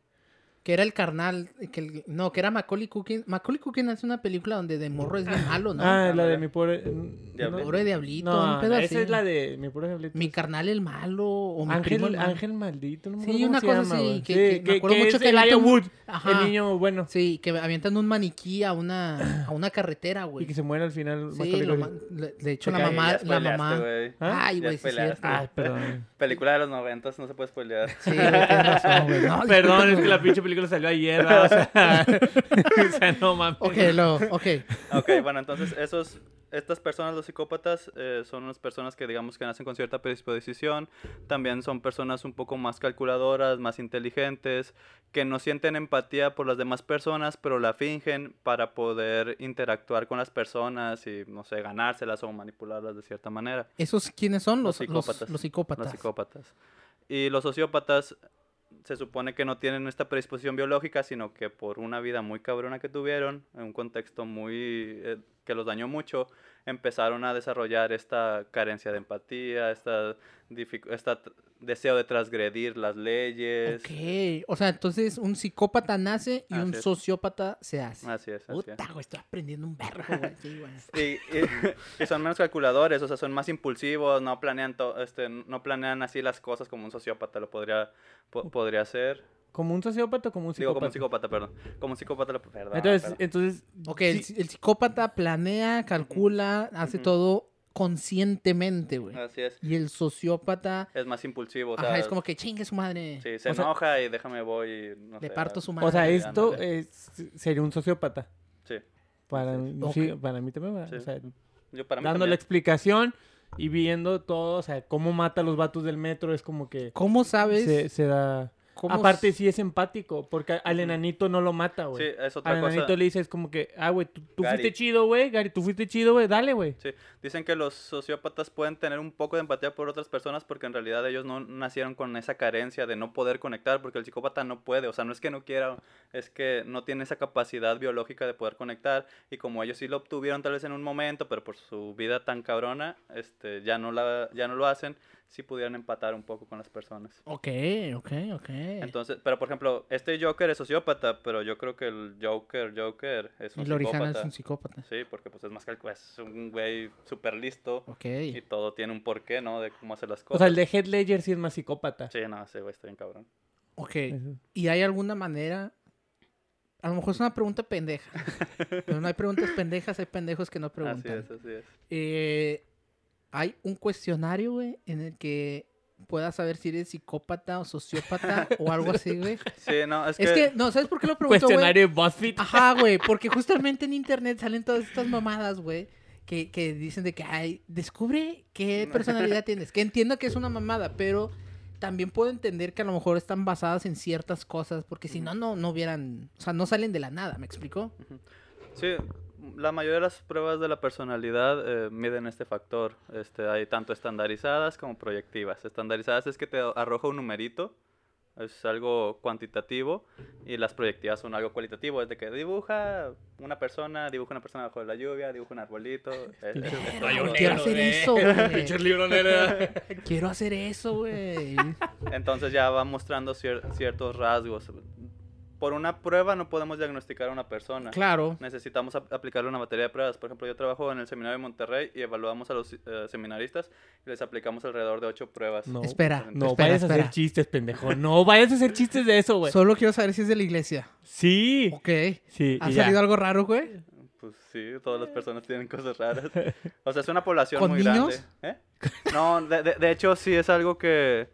S2: Que era el carnal, que el- no, que era Macaulay Culkin. Macaulay Culkin hace una película donde de morro es bien malo, ¿no?
S1: ah, la de
S3: ándale.
S1: mi pobre... eh,
S3: Diablo.
S1: no,
S2: Pobre diablito,
S1: No,
S2: un pedo así.
S1: esa es la de mi pobre diablito.
S2: Mi carnal el malo o mi primo el
S1: Ángel,
S2: malo.
S1: Ángel maldito, no me
S2: Sí,
S1: acuerdo
S2: una
S1: cómo se
S2: cosa
S1: llama,
S2: así,
S1: güey.
S2: que- que me acuerdo mucho
S1: es
S2: que
S1: el
S2: avientan-
S1: Elijah Wood,
S2: Ajá.
S1: el niño bueno,
S2: Sí, que avientan un maniquí a una, a una carretera, güey.
S1: y que se muere al final.
S2: Sí,
S1: Macaulay
S2: lo
S1: Culkin.
S2: ma- le- de hecho
S1: Ok,
S2: la
S3: Ya
S2: mamá, la
S3: spoileaste,
S2: mamá.
S3: güey.
S1: ¿Ah?
S2: Ay,
S3: Ya
S2: güey, sí es
S3: spoileaste.
S2: cierto.
S1: Ay, perdón.
S3: Película de los noventas, no se puede spoilear.
S1: Ah,
S2: Sí, güey, tienes razón, güey. No,
S1: Perdón, es
S2: disculpa,
S1: que la pinche película salió ayer, ¿verdad? o sea, o sea, no mames.
S2: güey. Ok, lo, ok.
S3: Ok, bueno, entonces esos, estas personas, los psicópatas, eh, son unas personas que digamos que nacen con cierta predisposición, también son personas un poco más calculadoras, más inteligentes, que no sienten empatía por las demás personas, pero la fingen para poder interactuar con las personas y, no sé, ganárselas o manipularlas de cierta manera.
S2: ¿Esos quiénes son? Los,
S3: Los
S2: los
S3: psicópatas.
S2: los psicópatas.
S3: Los psicópatas. Y los sociópatas se supone que no tienen esta predisposición biológica, sino que por una vida muy cabrona que tuvieron, en un contexto muy eh, que los dañó mucho, empezaron a desarrollar esta carencia de empatía, esta, dific- esta tr- deseo de transgredir las leyes.
S2: Ok, o sea, entonces un psicópata nace y
S3: Así
S2: un
S3: Ah, es. Ah,
S2: sociópata se hace.
S3: Así es, así es.
S2: Puta, güey, estoy aprendiendo un verbo, güey. Sí, güey.
S3: Y, y- y son menos calculadores, o sea, son más impulsivos, no planean, to- este, no planean así las cosas como un sociópata lo podría, po- podría hacer.
S1: ¿Como un sociópata o como un
S3: Digo,
S1: psicópata?
S3: como un psicópata, perdón. Como un psicópata, pues, lo- perdón.
S1: Entonces,
S3: perdón.
S1: entonces
S2: Ok,
S1: sí,
S2: el, el psicópata planea, calcula, hace
S3: Ujú.
S2: todo conscientemente, güey.
S3: Así es.
S2: Y el sociópata,
S3: Es más impulsivo. O sea,
S2: ajá, es como que chingue su madre.
S3: Sí, se
S2: O sea,
S3: enoja y déjame voy y
S2: le
S3: no sé, ah,
S2: parto su madre.
S1: o sea,
S3: ándale,
S1: esto eh,
S3: ándale.
S1: es- sería un sociópata.
S3: Sí.
S1: Para,
S3: Así
S1: mí-
S2: Ok.
S1: sí, para mí también, ¿verdad?
S3: Sí.
S1: O sea,
S3: Yo para mí
S1: dando la
S3: también.
S1: explicación y viendo todo, o sea, cómo mata a los vatos del metro, es como que
S2: ¿Cómo sabes?
S1: se, se da...
S2: cómo
S1: Aparte
S2: s-
S1: sí es empático, porque al enanito no lo mata, güey.
S3: Sí, es
S1: Al
S3: otra cosa.
S1: enanito le dices como que, ah, güey, tú, tú
S3: Gary.
S1: fuiste chido, güey, Gary, tú fuiste chido, güey, dale, güey.
S3: Dicen que los sociópatas pueden tener un poco de empatía por otras personas porque en realidad ellos no nacieron con esa carencia de no poder conectar porque el psicópata no puede, o sea, no es que no quiera, es que no tiene esa capacidad biológica de poder conectar y como ellos sí lo obtuvieron tal vez en un momento, pero por su vida tan cabrona, este, ya no la, ya no lo hacen, si pudieran empatar un poco con las personas.
S2: Ok, ok, ok.
S3: Entonces, pero por ejemplo, este Joker es sociópata, pero yo creo que el Joker, Joker es un
S2: el original
S3: psicópata.
S2: es un psicópata.
S3: Sí, porque pues es más calcu- es un güey súper listo
S2: Ok.
S3: y todo tiene un porqué, ¿no? De cómo hacer las
S1: O
S3: cosas.
S1: sea, el de Head Ledger sí es más psicópata.
S3: Sí, no, ese güey está bien cabrón.
S2: Ok.
S1: Eso.
S2: ¿Y hay alguna manera? A lo mejor es una pregunta pendeja. pero no hay preguntas pendejas, hay pendejos que no
S3: Así
S2: preguntan.
S3: es, así es.
S2: Eh, hay un cuestionario, güey, en el que puedas saber si eres psicópata o sociópata o algo así, güey.
S3: Sí, no, es,
S2: Es que, no, ¿sabes por qué lo pregunto, güey? Ah,
S1: Cuestionario de BuzzFeed.
S2: Ajá, güey, porque justamente en internet salen todas estas mamadas, güey, que, que dicen de que, ay, descubre qué personalidad tienes. Que entiendo que es una mamada, pero también puedo entender que a lo mejor están basadas en ciertas cosas, porque si no, no, no hubieran, o sea, no salen de la nada, ¿me explicó?
S3: Sí, la mayoría de las pruebas de la personalidad eh, miden este factor. Este, hay tanto estandarizadas como proyectivas. Estandarizadas es que te arroja un numerito, es algo cuantitativo, y las proyectivas son algo cualitativo, es de que dibuja una persona, dibuja una persona bajo la lluvia, dibuja un arbolito. eh,
S1: Este,
S3: eh, eh,
S1: Rayo
S2: Quiero hacer eso, güey.
S1: Pinche libro negro.
S2: Quiero hacer eso, güey.
S3: Entonces ya va mostrando cier- ciertos rasgos. Por una prueba no podemos diagnosticar a una persona.
S2: Claro.
S3: necesitamos ap- aplicarle una batería de pruebas. Por ejemplo, yo trabajo en el seminario de Monterrey y evaluamos a los eh, seminaristas y les aplicamos alrededor de ocho pruebas.
S1: No.
S2: Espera,
S1: No
S2: espera,
S1: vayas a
S2: espera.
S1: hacer chistes, pendejo. No vayas a hacer chistes de eso, güey.
S2: Solo quiero saber si es de la iglesia.
S1: Sí.
S2: Ok.
S1: Sí.
S2: ¿Ha
S1: y ya.
S2: salido algo raro, güey?
S3: Pues sí, todas las personas tienen cosas raras. O sea, es una población
S2: ¿Con
S3: muy
S2: niños?
S3: grande. ¿Eh? No, de, de- de hecho sí es algo que,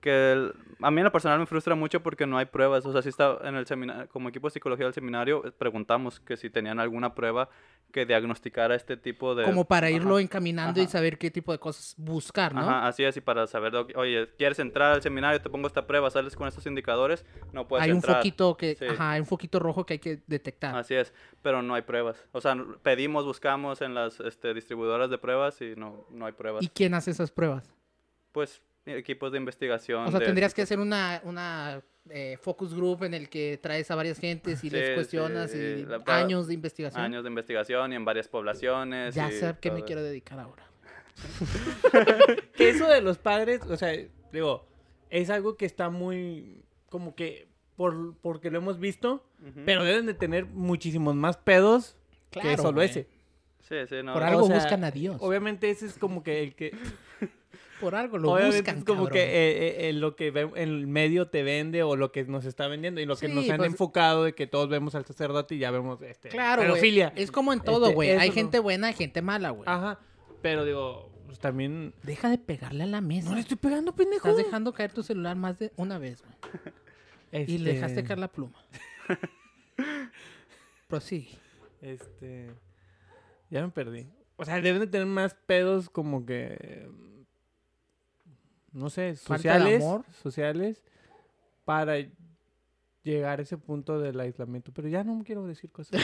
S3: que el- a mí en lo personal me frustra mucho porque no hay pruebas. O sea, sí está en el seminario, como equipo de psicología del seminario, eh, preguntamos que si tenían alguna prueba que diagnosticara este tipo de...
S2: Como para
S3: Ajá.
S2: irlo encaminando y
S3: Ajá.
S2: saber qué tipo de cosas buscar, ¿no?
S3: Ajá, así es, y para saber, ok, oye, ¿quieres entrar al seminario? Te pongo esta prueba, sales con estos indicadores, no puedes
S2: hay
S3: entrar.
S2: un foquito que,
S3: Sí. Ah,
S2: ajá, hay un foquito rojo que hay que detectar.
S3: Así es, pero no hay pruebas. O sea, n- pedimos, buscamos en las este, distribuidoras de pruebas y no, no hay pruebas.
S2: ¿Y quién hace esas pruebas?
S3: Pues equipos de investigación.
S2: O sea,
S3: de-
S2: tendrías que hacer una, una eh, focus group en el que traes a varias gentes y
S3: Sí,
S2: les cuestionas
S3: sí,
S2: y
S3: la- para-
S2: años de investigación.
S3: años de investigación y en varias poblaciones.
S2: ya
S3: y
S2: sé a qué me
S3: todo.
S2: quiero dedicar ahora.
S1: que eso de los padres, o sea, digo, es algo que está muy como que por porque lo hemos visto,
S3: Ujú.
S1: pero deben de tener muchísimos más pedos que solo
S2: güey.
S1: ese.
S3: Sí, sí, no.
S2: Por
S1: O
S2: algo
S1: sea,
S2: buscan a Dios.
S1: Obviamente ese es como que el que
S2: Por algo lo
S1: obviamente
S2: buscan,
S1: es como
S2: cabrón.
S1: que eh, eh, eh, lo que ve- el medio te vende o lo que nos está vendiendo y lo que
S2: Sí,
S1: nos han
S2: pues-
S1: enfocado de que todos vemos al sacerdote y ya vemos este
S2: Claro, güey.
S1: pedofilia. Ah.
S2: Es como en todo,
S1: Este,
S2: güey. hay
S1: eso,
S2: gente
S1: ¿no?
S2: buena y gente mala, güey.
S1: Ajá, pero digo, pues también
S2: Deja de pegarle a la mesa.
S1: no le estoy pegando, pendejo.
S2: Estás dejando caer tu celular más de una vez, güey. Y le
S1: Este,
S2: dejaste caer la pluma. Prosigue.
S1: Este. Ya me perdí. O sea, deben de tener más pedos como que. mm, No sé,
S2: Falta de
S1: sociales.
S2: amor.
S1: Sociales. Para llegar a ese punto del aislamiento. Pero ya no quiero decir cosas.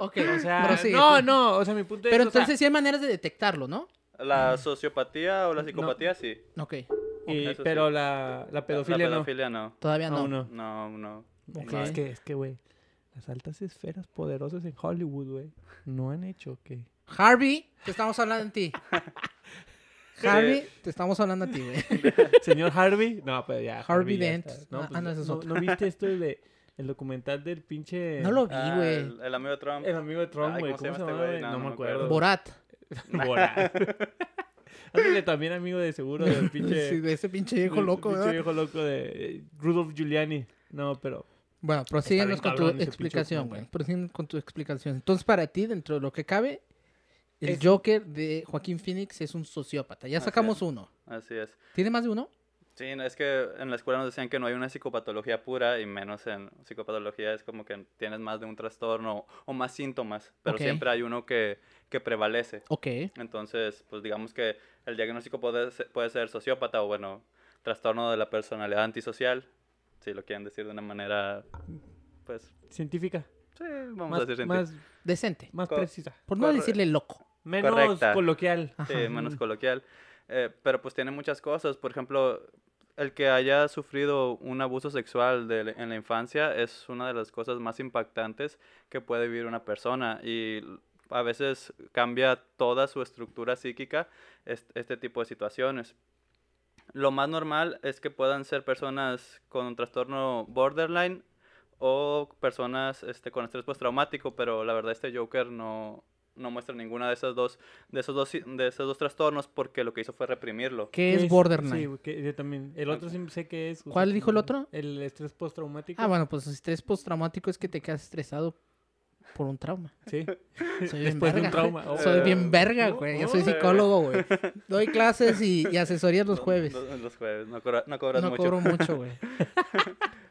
S2: Ok,
S1: O sea,
S2: prosigue.
S1: no, no. O sea, mi punto
S2: Pero
S1: es. o sea,
S2: entonces sí hay maneras de detectarlo, ¿no?
S3: La sociopatía o la psicopatía, sí.
S2: Ok,
S1: y-
S3: eso
S1: pero
S3: sí.
S1: la, la pedofilia no.
S3: La pedofilia no.
S2: todavía no.
S1: Aún no.
S3: No, no.
S2: Ok.
S1: Es que, es que, güey. Las altas esferas poderosas en Hollywood, güey. No han hecho que.
S2: Harvey, te estamos hablando a ti.
S1: Eh.
S2: Harvey, te estamos hablando a ti, güey.
S1: Señor Harvey. No, pero ya.
S2: Harvey
S1: ya
S2: Dent.
S1: está.
S2: Ah,
S1: No, pues,
S2: no, ese es
S1: no-
S2: otro.
S1: ¿no viste esto de el documental del pinche.
S2: No lo vi,
S3: Ah,
S2: güey. Eh,
S3: el, el amigo de Trump.
S1: El amigo de Trump,
S3: Ay,
S1: güey.
S3: ¿cómo se
S1: ¿Cómo se
S3: llama
S1: llama?
S3: este güey?
S1: güey? No, me acuerdo.
S2: Borat.
S1: Borat. Ándale también amigo de seguro del pinche.
S2: Sí, de ese pinche viejo
S1: del
S2: loco,
S1: pinche
S2: ¿verdad?
S1: viejo loco de eh, Rudolf Giuliani. No, pero.
S2: Bueno, prosíguenos
S1: Está
S2: con
S1: bien
S2: tu
S1: cabrón ese pinche
S2: explicación, güey.
S1: documental.
S2: Prosíguenos con tu explicación. Entonces, para ti, dentro de lo que cabe, el
S1: Es-
S2: Joker de Joaquín Phoenix es un sociópata. Ya
S3: Así
S2: sacamos
S3: es.
S2: uno.
S3: Así es.
S2: ¿Tiene más de uno?
S3: Sí, no, es que en la escuela nos decían que no hay una psicopatología pura y menos en psicopatología es como que tienes más de un trastorno o más síntomas, pero
S2: Ok.
S3: siempre hay uno que, que prevalece.
S2: Ok.
S3: Entonces, pues digamos que el diagnóstico puede ser, puede ser sociópata o bueno, trastorno de la personalidad antisocial, si lo quieren decir de una manera, pues
S1: Científica.
S3: sí, vamos a
S1: Más,
S3: decir científica.
S1: más,
S2: Decente.
S1: más
S3: Co-
S1: precisa.
S2: Por no
S3: Corre-
S2: decirle loco.
S1: Menos
S3: Correcta.
S1: coloquial.
S2: Ajá.
S3: Sí, menos coloquial. Eh, pero pues tiene muchas cosas. Por ejemplo, el que haya sufrido un abuso sexual de la- en la infancia es una de las cosas más impactantes que puede vivir una persona. Y l- a veces cambia toda su estructura psíquica est- este tipo de situaciones. Lo más normal es que puedan ser personas con un trastorno borderline o personas este, con estrés postraumático, pero la verdad este Joker no, no muestra ninguna de esas dos de esos dos de esos dos trastornos porque lo que hizo fue reprimirlo.
S2: ¿Qué es
S1: Sí,
S2: borderline?
S1: güey, que yo también. El otro sí sé que es. o sea,
S2: ¿Cuál dijo el
S1: como
S2: otro?
S1: El estrés postraumático.
S2: ah, bueno, pues estrés postraumático es que te quedas estresado por un trauma.
S1: Sí.
S2: Soy bien
S1: Después de un
S2: verga,
S1: trauma.
S2: güey.
S1: Oh.
S2: Soy bien verga,
S1: Eh,
S2: güey. Yo
S1: no,
S2: soy
S3: Oh.
S1: eh.
S2: psicólogo, güey. Doy clases y, y asesorías los jueves.
S3: Los, los jueves, no, cobra- no cobras
S2: no
S3: mucho.
S2: cobro mucho, güey.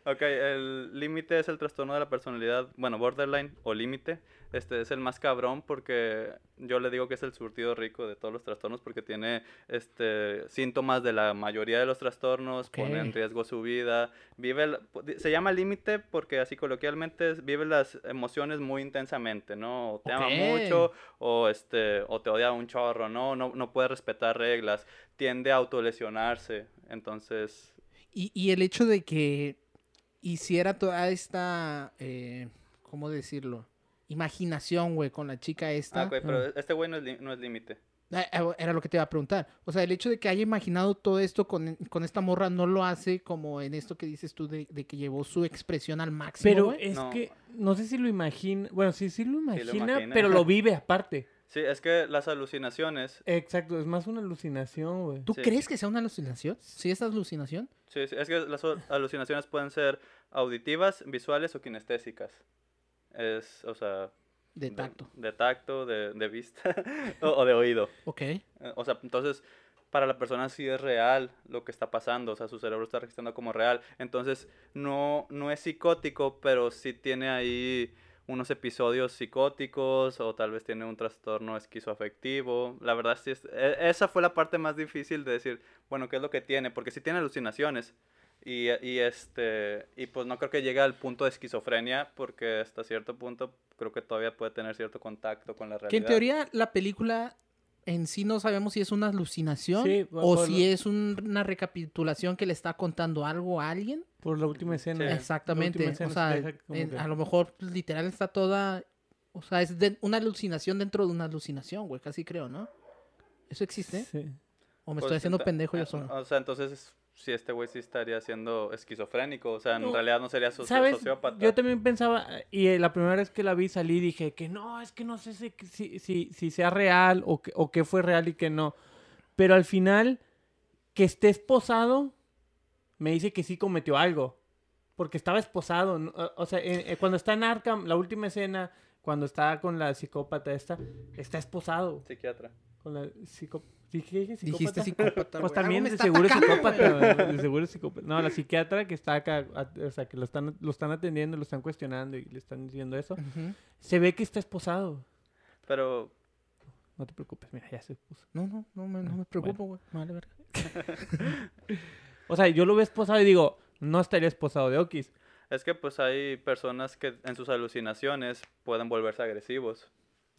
S3: Ok, el límite es el trastorno de la personalidad, bueno, borderline o límite. Este es el más cabrón porque yo le digo que es el surtido rico de todos los trastornos porque tiene este síntomas de la mayoría de los trastornos, pone en
S2: Ok.
S3: riesgo su vida, vive la- po- di- se llama límite porque así coloquialmente es- vive las emociones muy intensamente, ¿no? O te ama
S2: Ok.
S3: mucho o este o te odia un chorro, ¿no? No no puede respetar reglas, tiende a autolesionarse. Entonces,
S2: Y, y el hecho de que hiciera toda esta, eh, ¿cómo decirlo? Imaginación, güey, con la chica esta.
S3: ah, güey, pero este güey no es li- no es límite.
S2: Ah, ah, Era lo que te iba a preguntar. O sea, el hecho de que haya imaginado todo esto con, con esta morra no lo hace como en esto que dices tú de, de que llevó su expresión al máximo.
S1: Pero
S2: güey.
S1: es
S3: No.
S1: que no sé si lo imagina. Bueno, sí, sí lo imagina,
S3: imagina.
S1: pero lo vive aparte.
S3: Sí, es que las alucinaciones.
S1: Exacto, es más una alucinación, güey.
S2: ¿Tú
S3: sí.
S2: crees que sea una alucinación? ¿Sí es alucinación?
S3: Sí, sí, es que las o- alucinaciones pueden ser auditivas, visuales o kinestésicas. Es, o sea.
S2: De tacto.
S3: De, tacto, de, de vista o, o de oído.
S2: Ok.
S3: Eh, O sea, entonces, para la persona sí es real lo que está pasando. O sea, su cerebro está registrando como real. Entonces, no, no es psicótico, pero sí tiene ahí unos episodios psicóticos o tal vez tiene un trastorno esquizoafectivo. La verdad, sí es, e- esa fue la parte más difícil de decir, bueno, ¿qué es lo que tiene? Porque sí tiene alucinaciones. Y, y este y pues no creo que llegue al punto de esquizofrenia porque hasta cierto punto creo que todavía puede tener cierto contacto con la realidad.
S2: Que en teoría la película en sí no sabemos si es una alucinación
S1: Sí, por-
S2: o
S1: por
S2: si
S1: lo-
S2: es un- una recapitulación que le está contando algo a alguien.
S1: Por la última escena.
S3: Sí.
S1: Eh, La
S2: Exactamente.
S1: última
S2: O
S1: escena
S2: sea,
S1: se deja como
S2: en-
S1: que-
S2: a lo mejor pues, literal está toda... O sea, es de- una alucinación dentro de una alucinación, güey, casi creo, ¿no? ¿Eso existe?
S1: Sí.
S2: ¿O me
S3: Pues,
S2: estoy haciendo
S3: enta-
S2: pendejo yo
S3: eh,
S1: ah,
S2: solo?
S3: O sea, entonces, si este güey sí estaría siendo esquizofrénico, o sea, en
S1: No,
S3: realidad no sería soci-
S1: ¿Sabes?
S3: sociópata.
S1: Yo también pensaba, y eh, la primera vez que la vi salí dije que no, es que no sé si, si, si- si sea real o que, o que fue real y que no. Pero al final, que esté esposado, me dice que sí cometió algo. Porque estaba esposado. ¿no? O- O sea, en- eh, cuando está en Arkham, la última escena, cuando está con la psicópata esta, está esposado.
S3: Psiquiatra.
S1: Con la psicó- dije- dije psicópata.
S2: Dijiste psicópata,
S1: Pues
S2: güey. Algo
S1: también
S2: me
S1: de
S2: está
S1: seguro es
S2: atacando,
S1: psicópata,
S2: güey.
S1: güey, de seguro es psicópata. No, la psiquiatra que está acá, a- o sea, que lo están, lo están atendiendo, lo están cuestionando y le están diciendo eso.
S2: Ujú.
S1: Se ve que está esposado.
S3: Pero,
S1: No te preocupes, mira, ya se puso.
S2: No, no, no me,
S1: Ah,
S2: no me preocupo, güey. Vale, verga.
S1: O sea, yo lo veo esposado y digo, no estaría esposado de Okis.
S3: es que pues hay personas que en sus alucinaciones pueden volverse agresivos.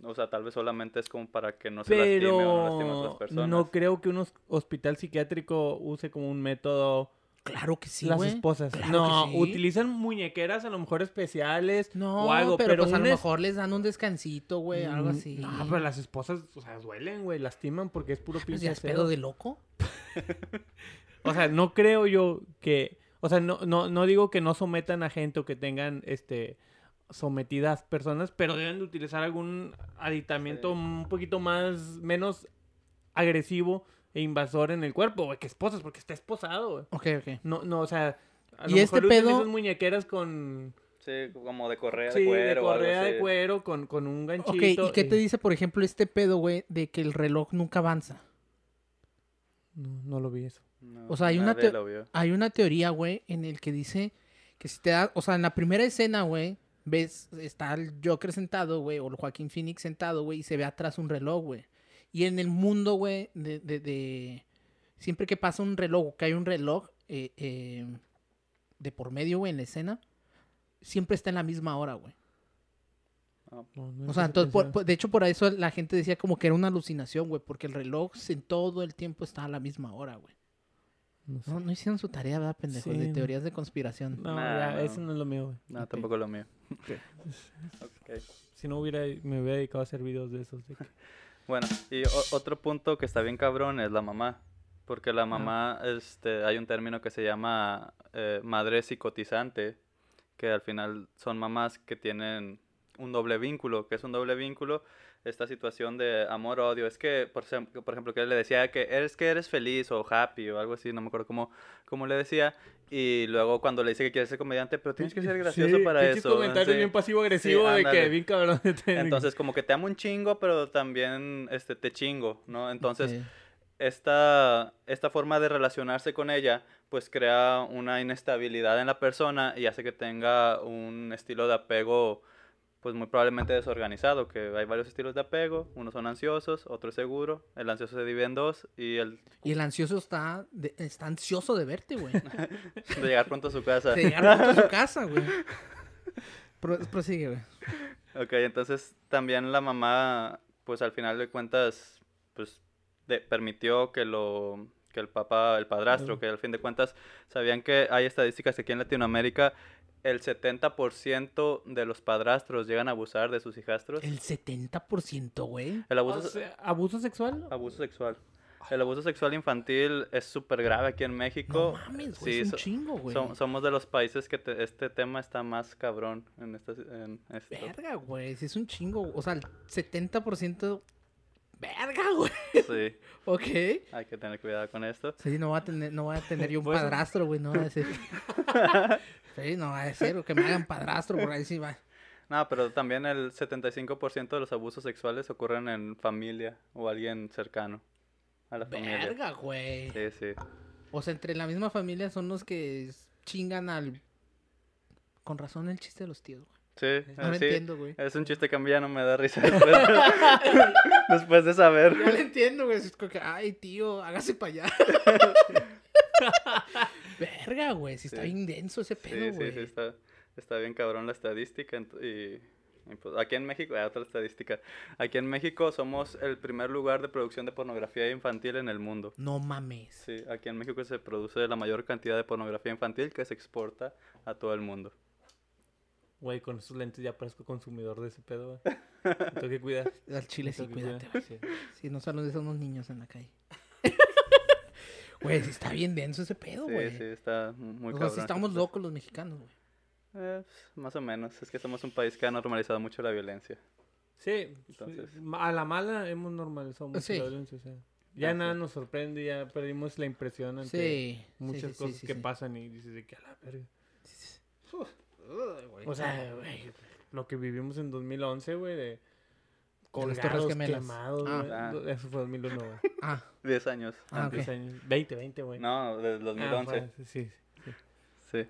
S3: O sea, tal vez solamente es como para que no se lastime o no lastimen a otras
S1: Pero
S3: personas.
S1: no creo que un hos- hospital psiquiátrico use como un método
S2: Claro que sí,
S1: las
S2: güey.
S1: esposas.
S2: Claro
S1: no,
S2: que sí.
S1: utilizan muñequeras a lo mejor especiales
S2: No,
S1: o algo,
S2: pero,
S1: pero,
S2: pues a
S1: un
S2: lo
S1: es-
S2: mejor les dan un descansito, güey, algo
S1: Mm,
S2: así.
S1: No, pero las esposas, o sea, duelen, güey, lastiman porque es puro
S2: Pues
S1: pinche
S2: ya es
S1: acero.
S2: pedo de loco.
S1: O sea, no creo yo que. O sea, no, no, no digo que no sometan a gente o que tengan este sometidas personas, pero deben de utilizar algún aditamiento
S3: Sí.
S1: un poquito más, menos agresivo e invasor en el cuerpo, güey, que esposas, porque está esposado, güey.
S2: Ok, ok.
S1: No, no, o sea, a
S2: ¿Y
S1: lo
S2: este
S1: mejor usan
S2: pedo?
S1: esas muñequeras con
S3: Sí, como de correa de
S1: sí,
S3: cuero
S1: de
S3: o algo
S1: correa de
S3: así.
S1: cuero, con, con un ganchito.
S2: Ok, ¿y qué te dice, por ejemplo, este pedo, güey, de que el reloj nunca avanza?
S1: No, no lo vi eso.
S3: No,
S2: O sea, hay una
S3: nadie
S2: teo-
S3: lo vio.
S2: Hay una teoría, güey, en el que dice que si te da, o sea, en la primera escena, güey, ves, está el Joker sentado, güey, o el Joaquín Phoenix sentado, güey, y se ve atrás un reloj, güey. Y en el mundo, güey, de, de, de- siempre que pasa un reloj, o que hay un reloj eh, eh, de por medio, güey, en la escena, siempre está en la misma hora, güey.
S1: No, no
S2: O sea,
S1: empecé a
S2: entonces, por-
S1: pensar.
S2: por- de hecho, por eso la gente decía como que era una alucinación, güey, porque el reloj en todo el tiempo está a la misma hora, güey.
S1: No sé.
S2: No, no hicieron su tarea, ¿verdad, pendejos?
S1: Sí,
S2: de
S1: no.
S2: teorías de conspiración.
S1: No,
S3: Nah,
S1: ya,
S3: no.
S1: eso no es lo mío, güey.
S3: No, tampoco es lo mío. Ok.
S1: Si no hubiera, me hubiera dedicado a hacer videos de esos. de que-
S3: Bueno, y o- otro punto que está bien cabrón es la mamá. Porque
S1: Ah.
S3: la mamá, este, hay un término que se llama eh, madre psicotizante, que al final son mamás que tienen un doble vínculo, que es un doble vínculo esta situación de amor-odio. Es que, por, sem- por ejemplo, que le decía que eres que eres feliz o happy o algo así, no me acuerdo cómo, cómo le decía. Y luego cuando le dice que quiere ser comediante, pero tienes que ser gracioso
S1: Eh, Sí,
S3: para
S1: pinches
S3: eso.
S1: comentarios
S3: sí.
S1: bien pasivo-agresivo
S3: Sí,
S1: de que
S3: ándale.
S1: bien cabrón.
S3: Entonces, como que te amo un chingo, pero también este, te chingo, ¿no? Entonces,
S2: Sí.
S3: esta, esta forma de relacionarse con ella, pues crea una inestabilidad en la persona y hace que tenga un estilo de apego, pues muy probablemente desorganizado, que hay varios estilos de apego, unos son ansiosos, otro es seguro, el ansioso se divide en dos y el
S2: Y el ansioso está, de- está ansioso de verte, güey.
S3: de llegar pronto a su casa.
S2: De llegar pronto a su casa, güey. Pro- prosigue, güey.
S3: Ok, entonces también la mamá, pues al final de cuentas, pues de- permitió que lo que el papá, el padrastro,
S1: Ujú.
S3: que al fin de cuentas, sabían que hay estadísticas que aquí en Latinoamérica el 70% de los padrastros llegan a abusar de sus hijastros.
S2: El 70%, güey.
S3: El abuso,
S1: O
S3: se-
S1: sea, ¿Abuso sexual?
S3: abuso sexual. El abuso sexual infantil es súper grave aquí en
S2: No
S3: México.
S2: mames, güey. es
S3: so-
S2: un chingo, güey.
S3: som- somos de los países que te- este tema está más cabrón en, estas, en esto.
S2: Verga, güey. sí es un chingo. O sea, el 70%. Verga, güey.
S3: Sí,
S2: Ok.
S3: hay que tener cuidado con esto.
S2: Sí, no va a tener, no va a tener yo un
S1: Pues-
S2: padrastro, güey, no va a decir. Sí, no va a decir, o que me hagan padrastro por ahí sí va.
S3: No, pero también el 75% de los abusos sexuales ocurren en familia o alguien cercano a la familia.
S2: Verga, güey.
S3: Sí, sí.
S2: O sea, entre la misma familia son los que s- chingan al con razón el chiste de los tíos, güey.
S3: Sí,
S2: No
S3: eh,
S2: lo
S3: sí.
S2: entiendo, güey.
S3: Es un chiste que a mí ya no me da risa después de, después de saber.
S2: No lo entiendo, güey. Es como que, ay, tío, hágase para allá. Verga, güey. Si está
S3: Sí.
S2: bien denso ese
S3: Sí,
S2: pedo,
S3: sí,
S2: güey.
S3: sí, está, está bien cabrón la estadística. ent- Y, y pues, aquí en México, hay otra estadística. Aquí en México somos el primer lugar de producción de pornografía infantil en el mundo.
S2: No mames.
S3: Sí, aquí en México se produce la mayor cantidad de pornografía infantil que se exporta a todo el mundo.
S1: Güey, con esos lentes ya parezco consumidor de ese pedo, güey. Me Tengo que cuidar.
S2: Al chile sí,
S1: me tengo que
S2: cuídate,
S1: cuidar. Sí.
S2: güey. Si no saludes a unos niños en la calle. Güey, sí está bien denso ese pedo,
S3: Sí,
S2: güey.
S3: sí, está muy
S2: O sea,
S3: cabrón.
S2: sí estamos locos los mexicanos, güey.
S3: Eh, pues, más o menos. Es que somos un país que ha normalizado mucho la violencia.
S1: Sí,
S3: Entonces.
S1: ma- a la mala hemos normalizado mucho
S2: Sí.
S1: la violencia. o sea, ya
S3: Ah, sí.
S1: nada nos sorprende, ya perdimos la impresión ante
S2: Sí.
S1: muchas
S2: sí, sí,
S1: cosas
S2: sí,
S1: que
S2: sí.
S1: pasan y dices de que a la verga.
S2: Uy, güey.
S1: O sea, güey, lo que vivimos en 2011, güey, de
S2: De las Torres
S1: colgados,
S2: Gemelas.
S1: quemados,
S2: Ah.
S1: güey.
S3: Ah.
S1: Do- Eso fue 2001, güey.
S2: Ah,
S3: 10 años.
S2: Ah,
S3: antes.
S1: Diez años. 20, 20, güey.
S3: No, desde
S1: Ah,
S3: 2011.
S1: fue- sí.
S3: sí.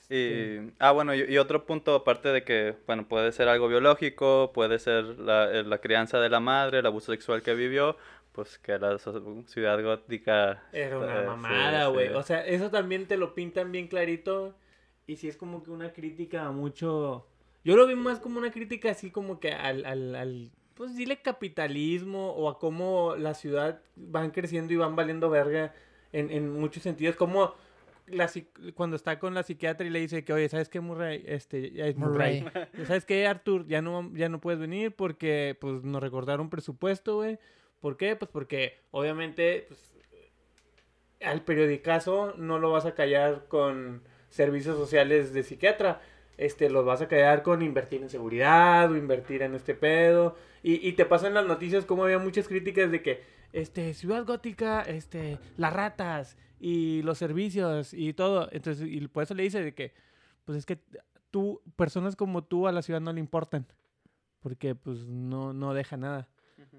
S1: Este,
S3: Y, ah, bueno, y, y otro punto aparte de que, bueno, puede ser algo biológico, puede ser la, eh, la crianza de la madre, el abuso sexual que vivió, pues que la so- ciudad gótica...
S1: Era una
S3: eh, sí,
S1: mamada, güey.
S3: sí.
S1: O sea, eso también te lo pintan bien clarito. Y sí es como que una crítica a mucho. Yo lo vi más como una crítica así como que al, al, al pues dile capitalismo o a cómo la ciudad van creciendo y van valiendo verga en, en muchos sentidos. Como la, psic- cuando está con la psiquiatra y le dice que, oye, ¿sabes qué, Murray? Este, ya es Murray.
S2: Murray.
S1: ¿Sabes qué, Artur? Ya no, ya no puedes venir porque pues, nos recordaron presupuesto, güey. ¿Por qué? Pues porque obviamente pues, al periodicazo no lo vas a callar con servicios sociales de psiquiatra. Este, los vas a callar con invertir en seguridad o invertir en este pedo. Y, y te pasan las noticias como había muchas críticas de que, este, Ciudad Gótica, este, las ratas y los servicios y todo. Entonces, y por eso le dice de que, pues es que tú, personas como tú a la ciudad no le importan. Porque pues no, no deja nada.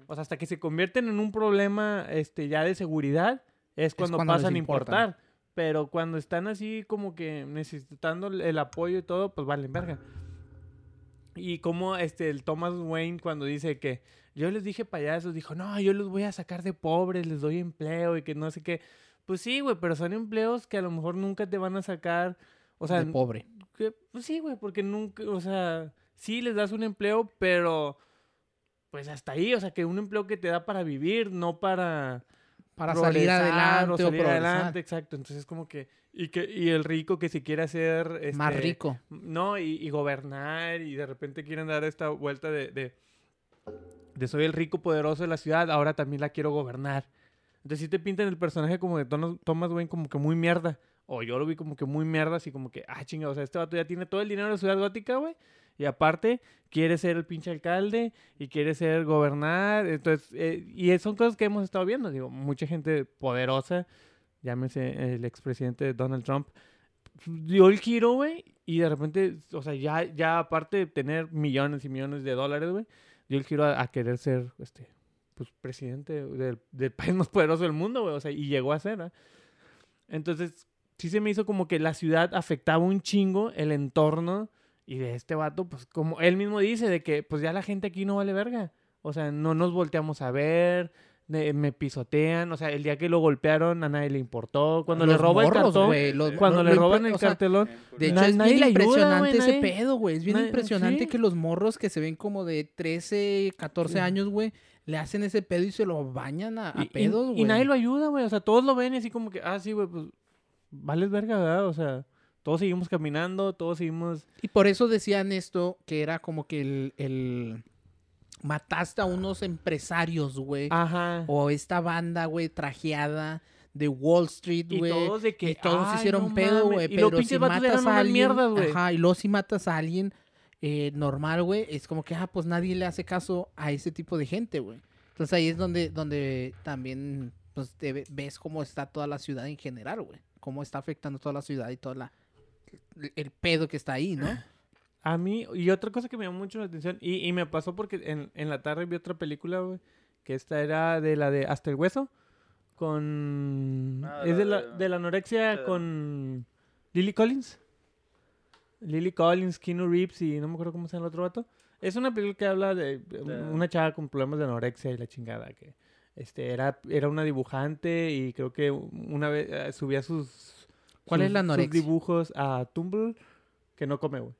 S1: O sea, hasta que se convierten en un problema este, ya de seguridad, es cuando,
S2: cuando les
S1: pasan a
S2: importan.
S1: importar. Pero cuando están así como que necesitando el- el apoyo y todo, pues valen verga. Y como este, el Thomas Wayne cuando dice que yo les dije payasos, dijo, no, yo los voy a sacar de pobres, les doy empleo y que no sé qué. Pues sí, güey, pero son empleos que a lo mejor nunca te van a sacar. O sea,
S2: de pobre.
S1: que, pues sí, güey, porque nunca, o sea, sí les das un empleo, pero pues hasta ahí, o sea, que un empleo que te da para vivir, no para
S2: Para salir
S1: progresar
S2: adelante o,
S1: salir
S2: progresar.
S1: adelante, exacto. Entonces es como que y que y el rico que se quiere hacer
S2: Más
S1: este,
S2: rico.
S1: no, y, y gobernar y de repente quieren dar esta vuelta de, de, de soy el rico poderoso de la ciudad, ahora también la quiero gobernar. Entonces sí te pintan el personaje como de Tono- Thomas Wayne como que muy mierda. O yo lo vi como que muy mierda, así como que, ah, chinga, o sea, este vato ya tiene todo el dinero de Ciudad Gótica, güey. Y aparte, quiere ser el pinche alcalde y quiere ser gobernar. Entonces, eh, y son cosas que hemos estado viendo. Digo, mucha gente poderosa, llámese el expresidente Donald Trump, dio el giro, güey, y de repente, o sea, ya, ya aparte de tener millones y millones de dólares, güey, dio el giro a, a querer ser, este, pues, presidente del, del país más poderoso del mundo, güey, o sea, y llegó a ser, ¿ah? Entonces, sí se me hizo como que la ciudad afectaba un chingo el entorno y de este vato, pues, como él mismo dice, de que, pues, ya la gente aquí no vale verga, o sea, no nos volteamos a ver... de- me pisotean, o sea, el día que lo golpearon a nadie le importó. Cuando le
S2: Los
S1: roba el
S2: morros,
S1: cartón,
S2: güey, los-
S1: cuando
S2: lo-
S1: le
S2: lo
S1: roban
S2: impre-
S1: el
S2: o sea,
S1: cartelón.
S2: De hecho,
S1: Na-
S2: es
S1: nadie
S2: bien
S1: le ayuda,
S2: impresionante
S1: güey,
S2: ese
S1: nadie-
S2: pedo, güey. Es bien
S1: nadie-
S2: impresionante
S1: sí.
S2: que los morros que se ven como de 13, 14
S1: Sí.
S2: años, güey, le hacen ese pedo y se lo bañan a, a
S1: Y- y-
S2: pedos,
S1: y,
S2: güey.
S1: nadie lo ayuda, güey. O sea, todos lo ven y así como que, ah, sí, güey, pues vales verga, ¿verdad? O sea, todos seguimos caminando, todos seguimos.
S2: Y por eso decían esto, que era como que el... el- Mataste a unos empresarios, güey.
S1: Ajá.
S2: O esta banda, güey, trajeada de Wall Street,
S1: y
S2: güey.
S1: todos de que.
S2: y todos
S1: "Ay,
S2: hicieron
S1: no
S2: pedo,
S1: mames".
S2: güey.
S1: Y los
S2: Pero si
S1: pinches vatos
S2: matas
S1: eran
S2: a
S1: unas
S2: alguien,
S1: mierdas, güey.
S2: ajá, y luego si matas a alguien eh, normal, güey, es como que, ah, pues nadie le hace caso a ese tipo de gente, güey. Entonces ahí es donde, donde también, pues, te ve- ves cómo está toda la ciudad en general, güey. Cómo está afectando toda la ciudad y toda la... El pedo que está ahí, ¿no?
S1: A mí, y otra cosa que me llamó mucho la atención, y, y me pasó porque en, en la tarde vi otra película, güey, que esta era de la de Hasta el Hueso, con...
S3: Ah,
S1: es de
S3: la
S1: la,
S3: de-
S1: de la anorexia
S3: de-
S1: con Lily Collins. Lily Collins, Keanu Reeves y no me acuerdo cómo se llama el otro vato. Es una película que habla de de
S3: De-
S1: una chava con problemas de anorexia y la chingada, que este era, era una dibujante y creo que una vez eh, subía sus...
S2: ¿Cuál es
S1: sus-
S2: la
S1: Sus
S2: anorexia?
S1: dibujos a Tumblr, que no come, güey.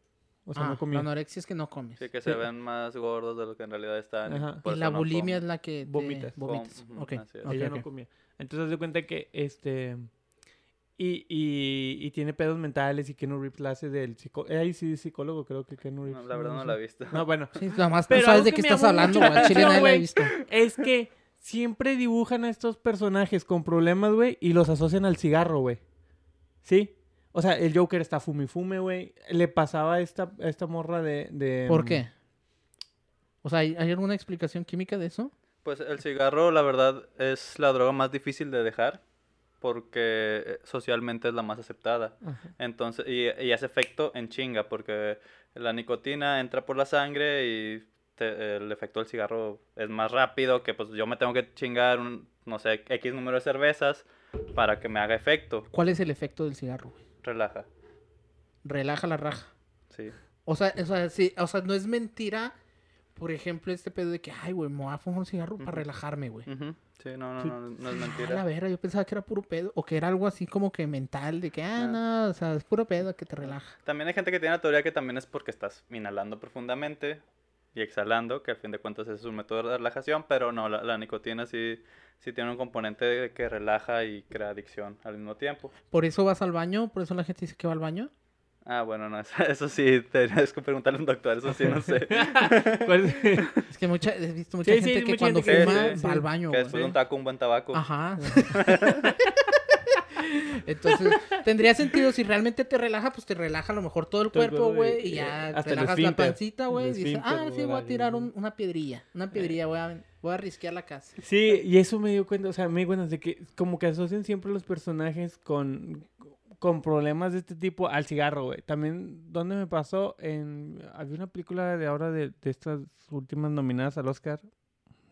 S1: O sea,
S2: Ah,
S1: no comía.
S2: la anorexia es que no comes.
S3: Sí, que se
S1: Sí.
S3: ven más gordos de lo que en realidad están.
S1: Ajá.
S3: por
S2: y
S3: eso
S2: la
S3: no
S2: bulimia es
S3: comen.
S2: la que... te-
S1: Vomitas.
S2: Vomitas.
S3: Com- ujú,
S2: ok.
S3: así es.
S2: ok,
S1: ella
S2: ok.
S1: no comía. Entonces se cuenta que este y, y, y tiene pedos mentales y Keanu Reeves la hace del psicólogo. Ahí sí es psicólogo, creo que Keanu Reeves.
S3: No, la verdad no
S1: sé.
S3: la he visto.
S1: No, bueno,
S2: Sí, nada más tú
S1: Pero
S2: sabes
S1: algo
S2: de
S1: que
S2: qué
S1: me
S2: estás
S1: llamó
S2: hablando,
S1: mucho
S2: güey.
S1: la
S2: Al Chile
S1: atención,
S2: nadie la he
S1: güey.
S2: visto.
S1: es que siempre dibujan a estos personajes con problemas, güey, y los asocian al cigarro, güey. ¿Sí? O sea, el Joker está fumifume, güey. Le pasaba a esta, a esta morra de, de...
S2: ¿Por
S3: Em,
S1: mm,
S2: qué? O sea, ¿hay, hay alguna explicación química de eso?
S3: Pues el cigarro, la verdad, es la droga más difícil de dejar porque eh, socialmente es la más aceptada.
S1: Ajá.
S3: Entonces, y, y hace efecto en chinga porque la nicotina entra por la sangre y te- el efecto del cigarro es más rápido que pues yo me tengo que chingar, un, no sé, X número de cervezas para que me haga efecto.
S2: ¿Cuál es el efecto del cigarro? güey?
S3: Relaja,
S2: Relaja la raja.
S3: sí.
S2: O sea, o sea, sí, o sea, no es mentira, por ejemplo, este pedo de que, ay, güey, me voy a fumar un cigarro para
S3: Ujú.
S2: relajarme, güey.
S3: Ujú. Sí, no, no,
S1: Sí.
S3: no, no es
S2: A la
S3: mentira.
S2: vera, yo pensaba que era puro pedo, o que era algo así como que mental, de que, ah, no, o sea, es puro pedo que te relaja.
S3: También hay gente que tiene la teoría que también es porque estás inhalando profundamente y exhalando, que al fin de cuentas es un método de relajación, pero no, la, la nicotina sí, sí tiene un componente de que relaja y crea adicción al mismo tiempo.
S2: ¿Por eso vas al baño? ¿Por eso la gente dice que va al baño?
S3: Ah, bueno, no, eso, eso sí, tendrías que preguntarle a un doctor, eso sí, no sé.
S1: Pues,
S2: Es que mucha, he visto mucha
S1: Sí, sí,
S2: gente
S1: hay
S2: que
S1: mucha
S2: cuando
S1: gente
S3: que-
S2: fuma
S3: Sí, sí,
S2: va al
S1: sí.
S2: baño,
S3: que
S2: güey.
S3: después de un taco, un buen tabaco.
S2: Ajá. Entonces, tendría sentido si realmente te relaja, pues te relaja a lo mejor todo el
S1: Todo el
S2: cuerpo,
S1: cuerpo,
S2: güey,
S1: güey,
S2: y eh,
S1: y
S2: ya
S1: hasta el
S2: relajas la
S1: esfínter,
S2: pancita,
S1: el
S2: güey, Eh. y dices,
S1: esfínter,
S2: ah, sí,
S1: güey,
S2: voy a
S1: la
S2: tirar
S1: chingada".
S2: un- una piedrilla, una piedrilla, voy a, voy a risquear la casa.
S1: Sí, y eso me dio cuenta, o sea, me di cuenta de que como que asocian siempre los personajes con, con problemas de este tipo al cigarro, güey. También, ¿dónde me pasó? En, había una película de ahora de, de estas últimas nominadas al Oscar,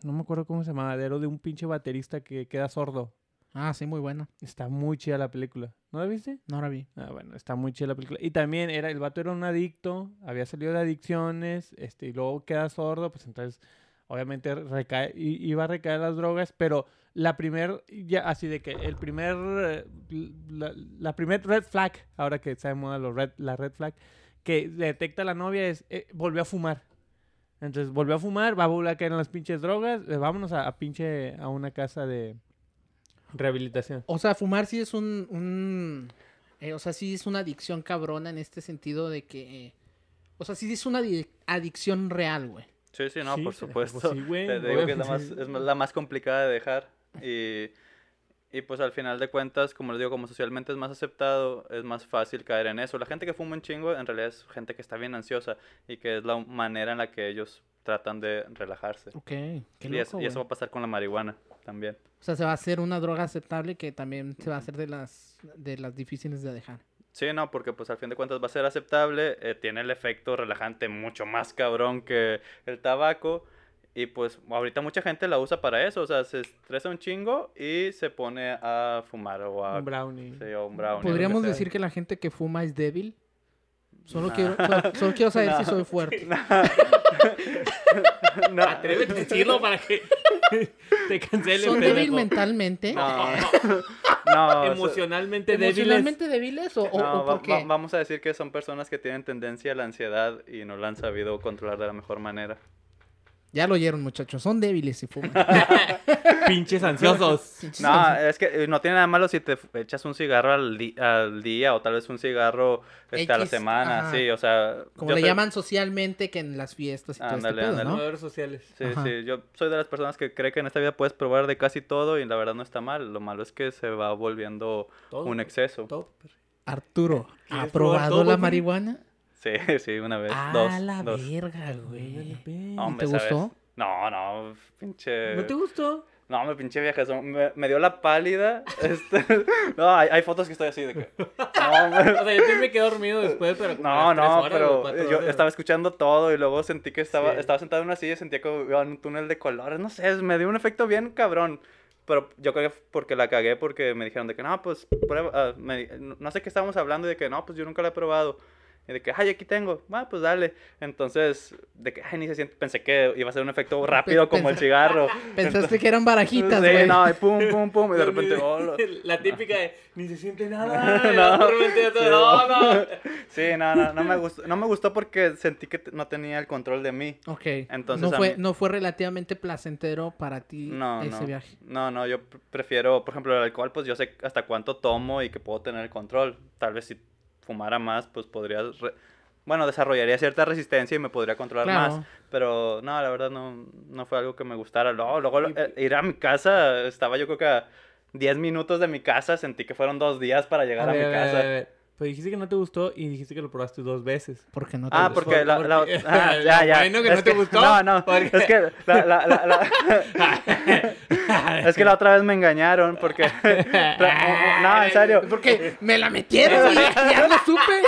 S1: no me acuerdo cómo se llamaba, de, de un pinche baterista que queda sordo.
S2: Ah, sí, muy buena.
S1: Está muy chida la película, ¿no la viste?
S2: No la vi.
S1: Ah, bueno, está muy chida la película. Y también era, el vato era un adicto, había salido de adicciones, este, y luego queda sordo, pues entonces, obviamente recae, i- iba a recaer las drogas, pero la primer, ya, así de que el primer, eh, la, la primer red flag, ahora que está de moda los red, la red flag, que detecta la novia es, eh, volvió a fumar. Entonces volvió a fumar, va a volver a caer en las pinches drogas, eh, vámonos a, a pinche, a una casa de rehabilitación.
S2: O sea, fumar sí es un... un eh, o sea, sí es una adicción cabrona en este sentido de que... eh, o sea, sí es una adic- adicción real, güey.
S3: Sí, sí, no,
S1: Sí,
S3: por
S1: pues
S3: supuesto.
S1: sí, güey,
S3: Te digo que es la, más,
S1: obviamente.
S3: es la más complicada de dejar. Y, Y pues al final de cuentas, como les digo, como socialmente es más aceptado, es más fácil caer en eso. La gente que fuma un chingo en realidad es gente que está bien ansiosa y que es la manera en la que ellos tratan de relajarse.
S2: Ok, qué
S3: Y,
S2: loco,
S3: es- y
S2: güey.
S3: eso va a pasar con la marihuana también.
S2: O sea, se va a hacer una droga aceptable que también se va a hacer de las, de las difíciles de dejar.
S3: Sí, no, porque pues al fin de cuentas va a ser aceptable, eh, tiene el efecto relajante mucho más cabrón que el tabaco y pues ahorita mucha gente la usa para eso, o sea, se estresa un chingo y se pone a fumar o a
S1: Un brownie.
S3: sí, o un brownie.
S2: ¿Podríamos decir que la gente que fuma es débil? Solo, quiero, solo, solo quiero saber si soy fuerte.
S3: no.
S1: Atrévete a decirlo para que te cancelen.
S2: ¿Son
S1: pendejo.
S2: débil mentalmente?
S3: No, no, o sea,
S1: Emocionalmente débiles.
S2: ¿Emocionalmente débiles o, o-
S3: no,
S2: o
S3: va-
S2: por qué?
S3: va- vamos a decir que son personas que tienen tendencia a la ansiedad y no la han sabido controlar de la mejor manera.
S2: Ya lo oyeron, muchachos. Son débiles si fuman.
S1: Pinches ansiosos.
S2: Pinches
S3: No,
S2: canciones.
S3: es que eh, no tiene nada malo si te f- echas un cigarro al, di- al día o tal vez un cigarro este, a la
S2: X,
S3: semana,
S2: ajá.
S3: sí, o sea...
S2: Como
S3: yo
S2: le
S3: soy-
S2: llaman socialmente que en las fiestas y todo este
S3: Ándale,
S2: pedo,
S3: ándale.
S2: ¿no?
S1: Jugadores sociales.
S3: Sí,
S2: Ajá.
S3: sí, yo soy de las personas que cree que en esta vida puedes probar de casi todo y la verdad no está mal, lo malo es que se va volviendo
S1: Todo.
S3: un exceso.
S1: Todo.
S2: Arturo, ¿ha
S1: ¿Quieres probar
S2: probado
S1: todo,
S2: la
S1: Wolverine?
S2: marihuana?
S3: Sí, sí, una vez,
S2: Ah,
S3: Eh, dos,
S2: la
S3: dos.
S2: verga, güey.
S1: No,
S3: Hombre,
S2: te
S3: ¿sabes?
S2: gustó?
S3: No, no, pinche...
S1: ¿No te gustó?
S3: No, me pinche viajazón. Me, me dio la pálida. este, No, hay, hay fotos que estoy así de que. No,
S1: O
S3: me-
S1: sea, yo también me quedé dormido después, pero como
S3: no,
S1: a las tres
S3: no,
S1: horas, Pues, güey,
S3: pero
S1: cuatro
S3: yo
S1: horas.
S3: estaba escuchando todo y luego sentí que estaba,
S1: Sí.
S3: estaba sentado en una silla y sentía que iba en un túnel de colores. No sé, me dio un efecto bien cabrón. Pero yo creo que fue porque la cagué, porque me dijeron de que no, pues prueba. ah, me- no sé qué estábamos hablando y de que no, pues yo nunca la he probado. Y de que, ay, aquí tengo. Va, pues dale. Entonces, de que, ay, ni se siente. Pensé que iba a ser un efecto rápido como el
S2: pensé-
S3: cigarro.
S2: Pensaste que eran barajitas,
S3: Sí,
S2: güey.
S3: no, y pum, pum, pum, y de
S1: Pero ni-
S3: repente, oh, lo-
S1: La típica de, ni se siente nada. y de repente ya todo, no, no.
S3: Sí, no, no, no me gustó, no me gustó porque sentí que t- no tenía el control de mí.
S2: Ok.
S3: Entonces,
S2: no,
S3: a
S2: fue,
S3: mí-
S2: no fue relativamente placentero para ti
S3: No,
S2: ese
S3: no.
S2: viaje.
S3: No, no, yo pr- prefiero, por ejemplo, el alcohol, pues yo sé hasta cuánto tomo y que puedo tener el control. Tal vez si fumara más, pues podría, re- bueno, desarrollaría cierta resistencia y me podría controlar
S2: Claro.
S3: más. Pero no, la verdad no, no fue algo que me gustara. No, luego lo- eh, ir a mi casa, estaba yo creo que a 10 minutos de mi casa, sentí que fueron dos días para
S1: A
S3: llegar a,
S1: ver, a
S3: mi
S1: ver,
S3: casa.
S1: a ver. Pues dijiste que no te gustó y dijiste que lo probaste dos veces.
S2: Porque no te
S3: Ah,
S2: gustó?
S3: porque la, la-
S1: Porque-
S3: ah, ya, ya.
S1: Bueno, que no te gustó,
S3: No, no.
S1: porque-
S3: Es que la, la- la- la- es que la otra vez me engañaron porque tra- no, en serio.
S2: Porque me la metieron y ya lo supe.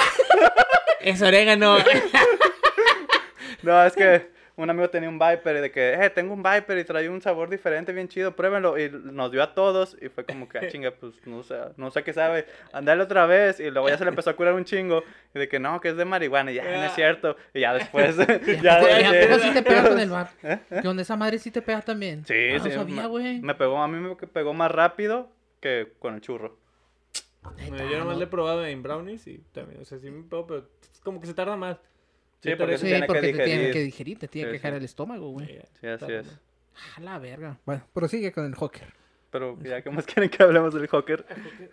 S1: Es orégano.
S3: No, es que un amigo tenía un Viper y de que, eh, tengo un Viper y trae un sabor diferente, bien chido, pruébenlo. Y nos dio a todos y fue como que, ah, chinga, pues no sé, no sé qué sabe. Andale otra vez y luego ya se le empezó a curar un chingo. Y de que no, que es de marihuana y ya, no es cierto. Y ya después, ya, ¿Eh?
S2: Oye, ¿a
S1: ya.
S2: poco sí te pega con el bar? Que donde esa madre sí te pega también.
S3: Sí,
S2: Ah,
S3: sí.
S2: No sabía,
S3: me-
S2: güey.
S3: Me, pegó, a mí me pegó más rápido que con el churro.
S1: No, yo nomás le he probado en brownies y también, o sea, sí me pego, pero es como que se tarda más.
S3: Sí,
S1: Yo
S3: porque
S1: tardé-
S3: se
S2: Sí,
S3: tiene que
S2: porque te tienen
S3: digerir.
S2: que digerir, te tiene
S3: Sí,
S2: que
S3: sí.
S2: dejar el estómago, güey.
S3: Sí, así
S1: tarda
S3: es.
S1: más.
S2: A la verga. Bueno, prosigue con el hocker.
S3: Pero ya que más quieren que hablemos del hocker.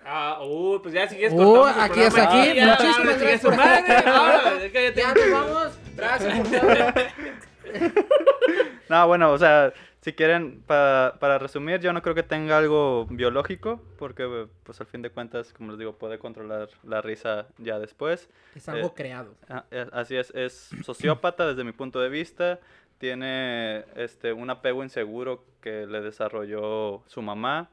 S1: Ah, uh, pues ya si quieres
S2: Uh,
S1: cortamos el
S2: aquí es
S1: programa.
S2: aquí.
S1: Ah, ya,
S2: Muchísimas
S1: ahora chingue
S2: gracias
S1: su
S2: por-
S1: madre. Ahora, es que ya te-
S2: nos vamos. Gracias.
S3: No, bueno, o sea, si quieren, pa- para resumir, yo no creo que tenga algo biológico, porque pues al fin de cuentas, como les digo, puede controlar la risa ya después.
S2: Es algo
S3: Eh,
S2: creado.
S3: Ah, eh, Así es, es sociópata desde mi punto de vista. Tiene este, un apego inseguro que le desarrolló su mamá.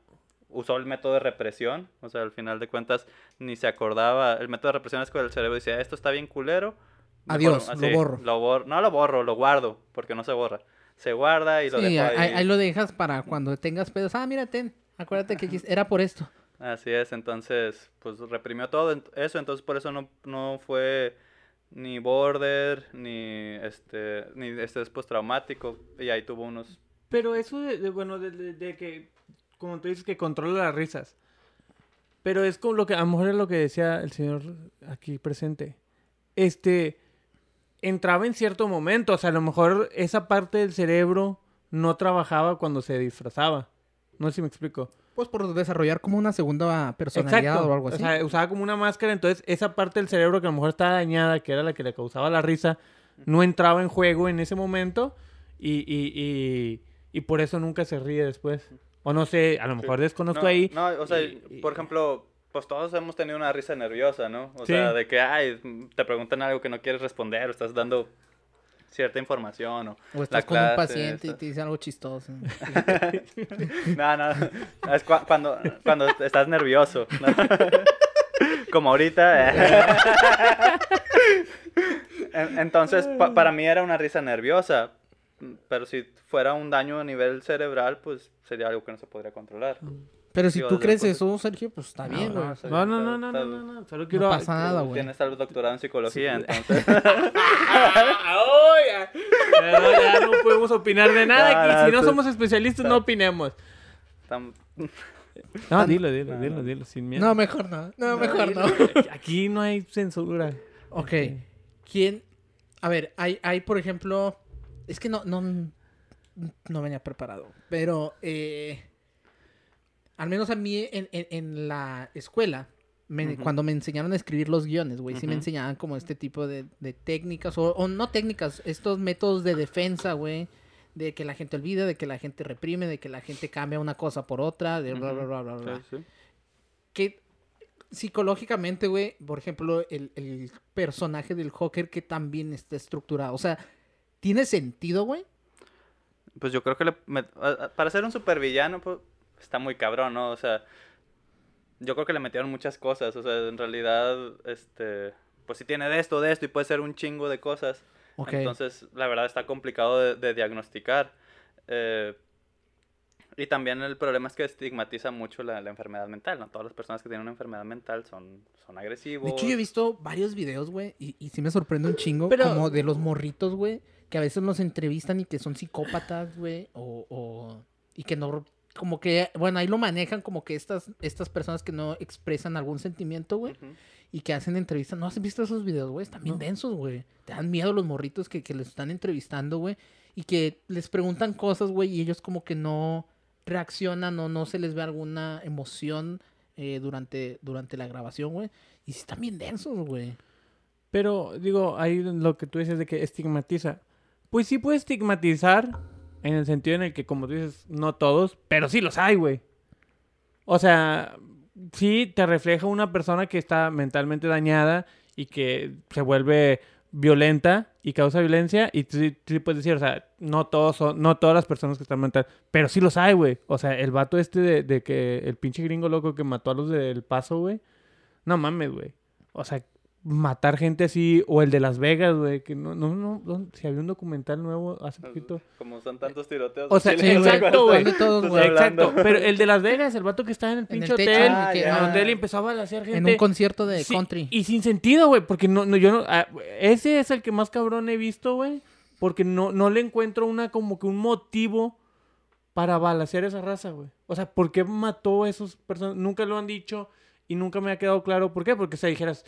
S3: Usó el método de represión. O sea, al final de cuentas ni se acordaba. El método de represión es cuando el cerebro dice, "Ah, esto está bien culero. mejor
S2: Adiós, lo borro.
S3: bor- no lo borro, lo guardo, porque no se borra. Se guarda y lo
S2: Sí,
S3: dejo ahí.
S2: ahí, ahí lo dejas para cuando tengas pedos. Ah, mira, ten. Acuérdate que quis- era por esto.
S3: Así es, entonces, pues reprimió todo ent- eso, entonces por eso no, no fue ni border, ni este, ni estrés postraumático, y ahí tuvo unos...
S1: Pero eso de, de- bueno, de, de- de que, como tú dices, que controla las risas. Pero es como lo que, a lo mejor es lo que decía el señor aquí presente. Este, entraba en cierto momento, o sea, a lo mejor esa parte del cerebro no trabajaba cuando se disfrazaba. No sé si me explico.
S2: Pues por desarrollar como una segunda personalidad o algo así.
S1: sea, usaba como una máscara, entonces esa parte del cerebro que a lo mejor estaba dañada, que era la que le causaba la risa, no entraba en juego en ese momento y, y, y, y por eso nunca se ríe después. O no sé, a lo mejor desconozco
S3: No,
S1: ahí.
S3: No, o sea,
S1: y- y-
S3: por ejemplo, pues todos hemos tenido una risa nerviosa, ¿no? O
S1: Sí.
S3: sea, de que, ay, te preguntan algo que no quieres responder, o estás dando cierta información, o...
S2: O estás
S3: La
S2: con un
S3: clase,
S2: paciente y
S3: esta.
S2: te dicen algo chistoso.
S3: No, no, es cua- cuando, cuando estás nervioso, ¿no? Como ahorita. eh. En- Entonces, pa- para mí era una risa nerviosa, pero si fuera un daño a nivel cerebral, pues sería algo que no se podría controlar.
S2: Pero si
S3: Sí, o
S2: tú
S3: sea,
S2: crees
S3: pues-
S2: eso, Sergio, pues está bien, güey.
S3: no,
S2: No,
S3: sí.
S1: No, no, no, no, no, no, no, Solo quiero.
S2: pasa nada,
S3: Tú
S2: güey.
S3: Tienes algo doctorado en psicología, entonces.
S1: ¡Ah! ¡Ay! ya! No, ya no podemos opinar de nada
S3: No,
S1: aquí.
S3: no,
S1: Si no
S3: tú-
S1: somos especialistas, no opinemos.
S3: tam-
S1: No, dilo, dilo,
S3: No,
S1: dilo,
S3: no.
S1: dilo, sin miedo.
S2: No, mejor no. No, mejor no.
S1: Aquí no hay censura.
S2: Ok.
S3: Este.
S2: ¿Quién? A ver, hay, hay, por ejemplo. Es que no, no, no venía preparado. Pero eh, al menos a mí en, en- en la escuela, me-
S3: Ujú.
S2: cuando me enseñaron a escribir los guiones, güey, sí me
S3: Ujú.
S2: enseñaban como este tipo de, de técnicas, o, o no técnicas, estos métodos de defensa, güey. De que la gente olvida, de que la gente reprime, de que la gente cambia una cosa por otra, de bla, bla, bla, bla, bla
S3: sí, sí.
S2: que psicológicamente, güey, por ejemplo, el, el personaje del Joker que también está estructurado. O sea, ¿tiene sentido, güey?
S3: Pues yo creo que le- me- a- a- para ser un supervillano, pues, está muy cabrón, ¿no? O sea, yo creo que le metieron muchas cosas. O sea, en realidad, este, pues si tiene de esto, de esto, y puede ser un chingo de cosas.
S2: Ok.
S3: Entonces, la verdad está complicado de, de diagnosticar. Eh, y también el problema es que estigmatiza mucho la, la enfermedad mental, ¿no? Todas las personas que tienen una enfermedad mental son, son agresivos.
S2: de hecho, yo he visto varios videos, güey, y, y sí me sorprende un chingo
S1: Pero-
S2: como de los morritos, güey, que a veces los entrevistan y que son psicópatas, güey, o, o- y que no como que bueno, ahí lo manejan como que estas estas personas que no expresan algún sentimiento, güey,
S3: Ujú.
S2: y que hacen entrevistas. ¿No has visto esos videos, güey? Están bien
S1: No.
S2: densos, güey. Te dan miedo los morritos que, que les están entrevistando, güey. Y que les preguntan cosas, güey, y ellos como que no reaccionan o no se les ve alguna emoción eh, durante, durante la grabación, güey. Y sí están bien densos, güey.
S1: Pero, digo, ahí lo que tú dices de que estigmatiza. Pues sí puede estigmatizar en el sentido en el que, como tú dices, no todos, pero sí los hay, güey. O sea, sí te refleja una persona que está mentalmente dañada y que se vuelve violenta y causa violencia y tú, tú puedes decir, o sea, no todos son, no todas las personas que están mental, pero sí los hay, güey. O sea, el vato este de, de que el pinche gringo loco que mató a los del Paso, güey. No mames, güey. O sea, matar gente así o el de Las Vegas, güey, que no no no, no, si había un documental nuevo hace poquito.
S3: Como son tantos tiroteos.
S1: O sea,
S3: sí,
S1: sí,
S3: no me
S1: exacto,
S3: acuerdo.
S1: güey.
S2: Están de todos,
S3: Estás
S2: güey.
S1: Exacto,
S3: hablando.
S1: pero el de Las Vegas, el vato que estaba en el
S2: En
S1: pinche
S2: el
S1: hotel,
S2: techo,
S3: Ah,
S2: que-
S3: ya.
S1: el
S2: ah,
S1: hotel y empezó a balasear gente.
S2: en un concierto de
S1: Sí,
S2: country.
S1: Y sin sentido, güey, porque no, no yo no, ah, ese es el que más cabrón he visto, güey, porque no, no le encuentro una como que un motivo para balasear esa raza, güey. O sea, ¿por qué mató a esos personas? Nunca lo han dicho y nunca me ha quedado claro por qué, porque si dijeras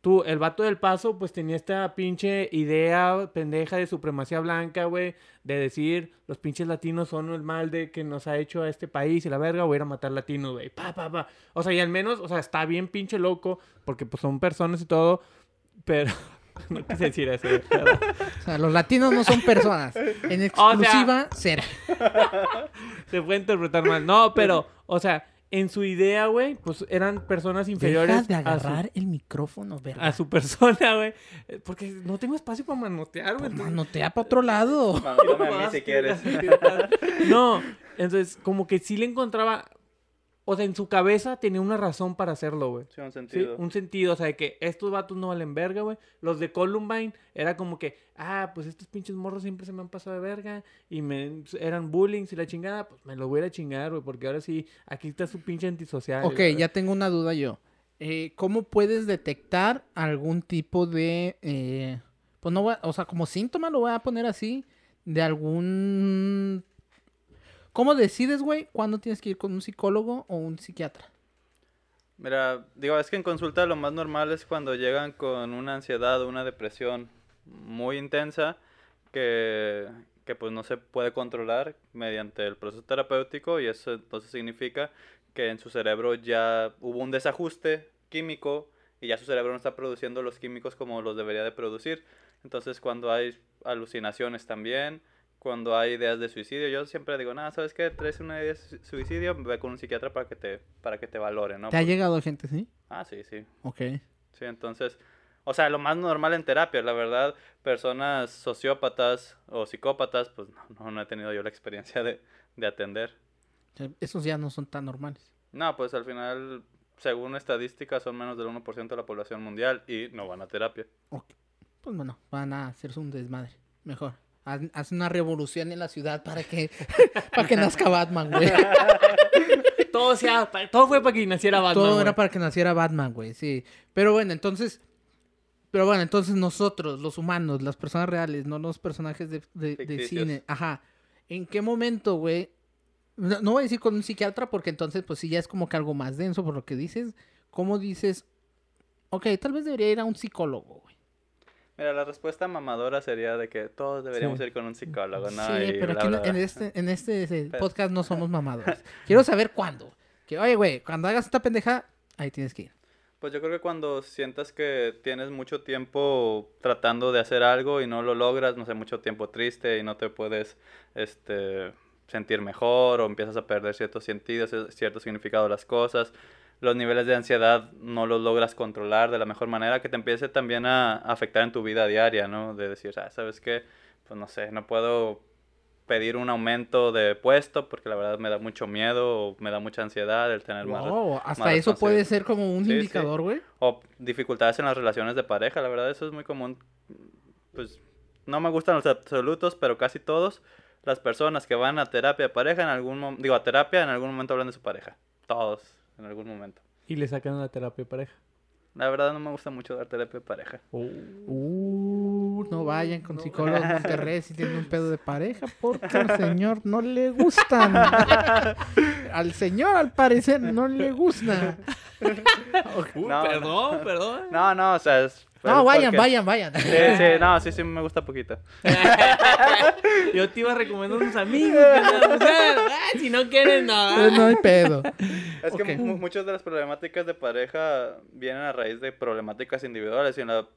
S1: tú, el vato del paso, pues tenía esta pinche idea pendeja de supremacía blanca, güey, de decir los pinches latinos son el mal de que nos ha hecho a este país y la verga, voy a ir a matar latinos, güey, pa, pa, pa. O sea, y al menos, o sea, está bien pinche loco, porque pues son personas y todo, pero no quise decir eso, güey, pero-
S2: O sea, los latinos no son personas. En
S1: O sea-
S2: exclusiva, ser.
S1: se puede interpretar mal. No, pero, o sea, en su idea, güey, pues eran personas
S2: Deja
S1: inferiores ah,
S2: de
S1: a su,
S2: agarrar el micrófono, ¿verdad?
S1: a su persona, güey, eh, porque no tengo espacio para manotear, güey. entonces-
S2: Manotea para otro lado.
S3: Mándame a mí si
S1: Basta,
S3: quieres.
S1: No, entonces como que sí le encontraba, o sea, en su cabeza tenía una razón para hacerlo, güey.
S3: Sí, un
S1: Sí,
S3: sentido.
S1: un sentido, o sea, de que estos vatos no valen verga, güey. Los de Columbine era como que, ah, pues estos pinches morros siempre se me han pasado de verga y me eran bullying y la chingada, pues me lo voy a ir a chingar, güey, porque ahora sí, aquí está su pinche antisocial.
S2: Ok,
S1: güey.
S2: ya tengo una duda yo. Eh, ¿Cómo puedes detectar algún tipo de, eh, pues no, voy a- o sea, como síntoma lo voy a poner así, de algún... ¿Cómo decides, güey, cuándo tienes que ir con un psicólogo o un psiquiatra?
S3: Mira, digo, es que en consulta lo más normal es cuando llegan con una ansiedad o una depresión muy intensa que, que, pues no se puede controlar mediante el proceso terapéutico y eso entonces significa que en su cerebro ya hubo un desajuste químico y ya su cerebro no está produciendo los químicos como los debería de producir. Entonces cuando hay alucinaciones también, cuando hay ideas de suicidio. Yo siempre digo, nada, ¿sabes qué? Traes una idea de su- suicidio, ve con un psiquiatra para que te, para que te valore, ¿no?
S2: ¿Te ha llegado gente, sí?
S3: Ah, sí, sí.
S2: Ok.
S3: Sí, entonces, o sea, lo más normal en terapia, la verdad, personas sociópatas o psicópatas, pues no, no, no he tenido yo la experiencia de, de atender.
S2: O sea, Esos ya no son tan normales.
S3: No, pues al final, según estadísticas, son menos del 1% de la población mundial y no van a terapia.
S2: Ok. Pues bueno, van a hacerse un desmadre. Mejor. Haz, haz una revolución en la ciudad para que, para que nazca Batman, güey.
S1: Todo, sea, pa- todo fue para que naciera Batman.
S2: Todo
S1: güey.
S2: era para que naciera Batman, güey, sí. Pero bueno, entonces. Pero bueno, entonces nosotros, los humanos, las personas reales, no los personajes de, de- de
S3: Ficticios.
S2: cine. Ajá. ¿En qué momento, güey? No, no voy a decir con un psiquiatra porque entonces, pues sí, ya es como que algo más denso por lo que dices. ¿Cómo dices? Ok, tal vez debería ir a un psicólogo, güey.
S3: Mira, la respuesta mamadora sería de que todos deberíamos
S1: Sí.
S3: ir con un psicólogo, Pues ¿no?
S2: sí,
S3: Y
S2: pero
S3: bla,
S2: aquí
S3: bla,
S2: no-
S3: bla.
S2: en este, en este ese,
S3: Pero-
S2: podcast no somos mamadores. Quiero saber cuándo. Que, oye, güey, cuando hagas esta pendeja, ahí tienes que ir.
S3: Pues yo creo que cuando sientas que tienes mucho tiempo tratando de hacer algo y no lo logras, no sé, mucho tiempo triste y no te puedes este, sentir mejor o empiezas a perder ciertos sentidos, eh, cierto significado de las cosas, los niveles de ansiedad no los logras controlar de la mejor manera, que te empiece también a afectar en tu vida diaria, ¿no? De decir, ah, ¿sabes qué? Pues no sé, no puedo pedir un aumento de puesto porque la verdad me da mucho miedo o me da mucha ansiedad el tener más...
S2: Wow, hasta
S3: más
S2: eso puede
S3: responsabilidad.
S2: ser como un
S3: Sí, sí.
S2: indicador, güey.
S3: O dificultades en las relaciones de pareja, la verdad, eso es muy común. Pues no me gustan los absolutos, pero casi todos las personas que van a terapia de pareja en algún momento, digo, a terapia en algún momento hablan de su pareja. Todos, en algún momento.
S1: Y le sacan la terapia de pareja.
S3: La verdad no me gusta mucho dar terapia de pareja.
S1: Oh.
S2: Uh, no vayan con psicólogos en Monterrey si tienen un pedo de pareja porque al señor no le gustan. al señor al parecer no le gusta.
S1: Uh,
S3: No,
S1: perdón, perdón.
S3: No, no, o sea, es...
S2: No,
S3: es
S2: vayan,
S3: porque-
S2: vayan, vayan.
S3: Sí, sí, no, sí, sí, me gusta poquito.
S1: Yo te iba a recomendar a unos amigos. que no- o sea, ah, si no quieres, no.
S2: Eh, No hay pedo.
S3: Es que
S2: Ok.
S3: mu- muchas de las problemáticas de pareja vienen a raíz de problemáticas individuales y en la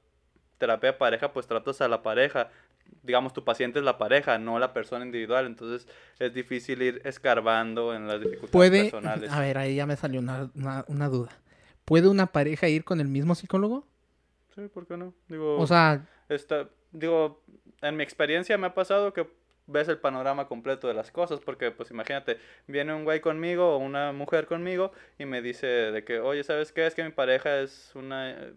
S3: terapia de pareja pues tratas a la pareja. Digamos, tu paciente es la pareja, no la persona individual, entonces es difícil ir escarbando en las dificultades
S2: Puede.
S3: personales.
S2: A ver, ahí ya me salió una, una- una duda. ¿Puede una pareja ir con el mismo psicólogo?
S3: Sí, ¿por qué no? Digo,
S2: O sea,
S3: está- digo, en mi experiencia me ha pasado que ves el panorama completo de las cosas, porque pues imagínate, viene un güey conmigo o una mujer conmigo y me dice de que, oye, ¿sabes qué? Es que mi pareja es una eh,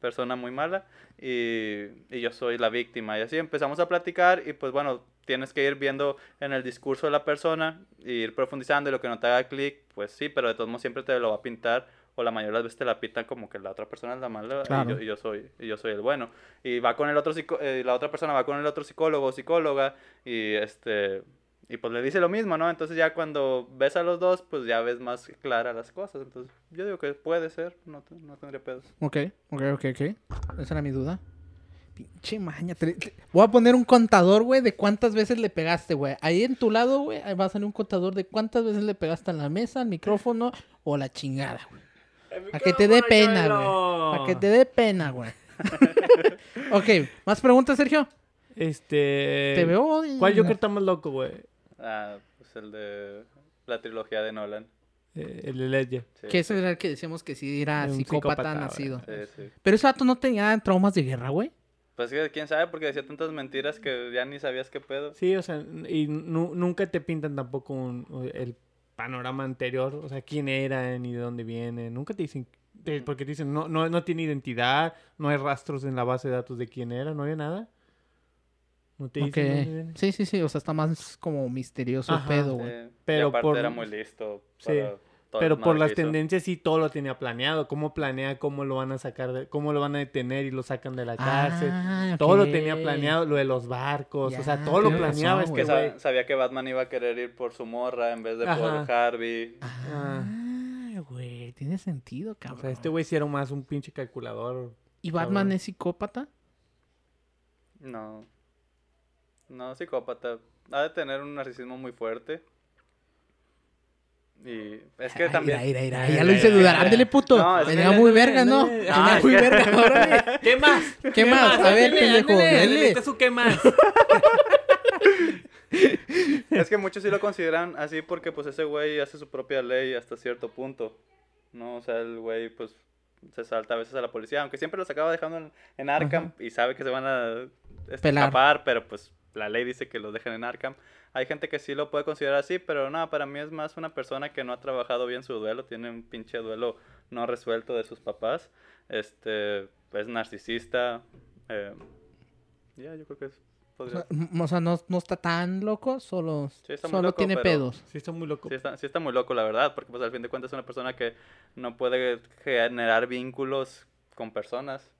S3: persona muy mala y, y yo soy la víctima. Y así empezamos a platicar y pues bueno, tienes que ir viendo en el discurso de la persona, e ir profundizando y lo que no te haga clic, pues sí, pero de todos modos siempre te lo va a pintar o la mayoría de las veces te la pintan como que la otra persona es la mala
S2: Claro.
S3: y, yo, y yo soy, y yo soy el bueno. Y va con el otro, psico- eh, la otra persona va con el otro psicólogo o psicóloga y este... Y pues le dice lo mismo, ¿no? Entonces ya cuando ves a los dos, pues ya ves más claras las cosas. Entonces yo digo que puede ser, no, te- no tendría pedos.
S2: ok, ok, ok, ok. Esa era mi duda. Pinche maña. te- te- Voy a poner un contador, güey, de cuántas veces le pegaste, güey. Ahí en tu lado, güey, ahí va a salir un contador de cuántas veces le pegaste a la mesa, al micrófono o a la chingada, güey. A que te dé pena, güey. A que te dé pena, güey. ok, ¿más preguntas, Sergio?
S1: Este.
S2: Te veo. eh,
S1: ¿Cuál yo creo que está más loco, güey?
S3: Ah, pues el de la trilogía de Nolan.
S1: Eh, el de Ledger.
S3: Sí,
S2: Que
S3: sí,
S2: ese era el que decíamos que sí era
S1: De un
S2: psicópata,
S1: psicópata,
S2: nacido.
S3: sí, sí.
S2: Pero ese vato no tenía traumas de guerra, güey.
S3: Pues que quién sabe, porque decía tantas mentiras que ya ni sabías qué pedo.
S1: Sí, o sea, n- y nu- nunca te pintan tampoco un- o- el panorama anterior, o sea, quién era ni de dónde viene, nunca te dicen, te- porque te dicen, no, no, no tiene identidad, no hay rastros en la base de datos de quién era, no había nada. No te
S2: Ok.
S1: dicen de dónde viene.
S2: Sí, sí, sí. O sea, está más como misterioso el
S1: Ajá, Eh,
S2: pedo,
S3: Sí,
S2: güey.
S1: Pero
S3: y aparte
S1: por-
S3: era muy listo.
S1: Sí,
S3: para todo el
S1: Pero por
S3: desmadre
S1: las
S3: que hizo.
S1: tendencias sí todo lo tenía planeado, cómo planea, cómo lo van a sacar, de- cómo lo van a detener y lo sacan de la cárcel.
S2: Ah,
S1: Todo lo
S2: ok.
S1: tenía planeado, lo de los barcos, o
S2: Ya,
S1: sea, todo lo
S2: tienes
S1: planeaba
S2: razón,
S1: este
S3: Que
S2: güey.
S1: güey.
S3: sa- sabía que Batman iba a querer ir por su morra en vez de por
S1: Ajá.
S3: Harvey.
S2: Ah, güey. Tiene sentido,
S1: O
S2: cabrón.
S1: sea, este güey sí era más un pinche calculador.
S2: ¿Y Batman
S1: cabrón.
S2: es psicópata?
S3: No. No, psicópata. Ha de tener un narcisismo muy fuerte. Y es que
S2: Ay,
S3: también...
S2: Ira, ira, ira,
S1: Ay,
S2: ya lo hice
S1: ira,
S2: dudar.
S1: ira.
S2: Ándele, puto.
S3: No, es que
S2: Tenía
S1: le-
S2: muy
S1: le-
S2: verga, ¿no?
S1: le-
S2: Tenía
S3: Ah,
S2: muy
S3: ya.
S2: verga, órale.
S1: ¿Qué más?
S2: ¿Qué más? A ver,
S1: Ándele,
S2: pendejo,
S1: ándele,
S2: dale.
S1: Este es su qué más.
S3: Es que muchos sí lo consideran así porque pues ese güey hace su propia ley hasta cierto punto. No, o sea, el güey pues se salta a veces a la policía, aunque siempre los acaba dejando en, en Arkham
S2: Ajá.
S3: y sabe que se van a este,
S2: Pelar.
S3: escapar, pero pues la ley dice que los dejan en Arkham. Hay gente que sí lo puede considerar así, pero no, para mí es más una persona que no ha trabajado bien su duelo, tiene un pinche duelo no resuelto de sus papás. Este, es narcisista. eh, ya, yo creo que es.
S2: O
S3: podría-
S2: sea, m- o sea, no, no está tan loco, solo,
S3: Sí, está muy
S2: solo
S3: loco,
S2: tiene
S3: pero-
S2: pedos.
S1: Sí, está muy loco.
S3: Sí está, sí está muy loco, la verdad, porque pues al fin de cuentas es una persona que no puede generar vínculos con personas.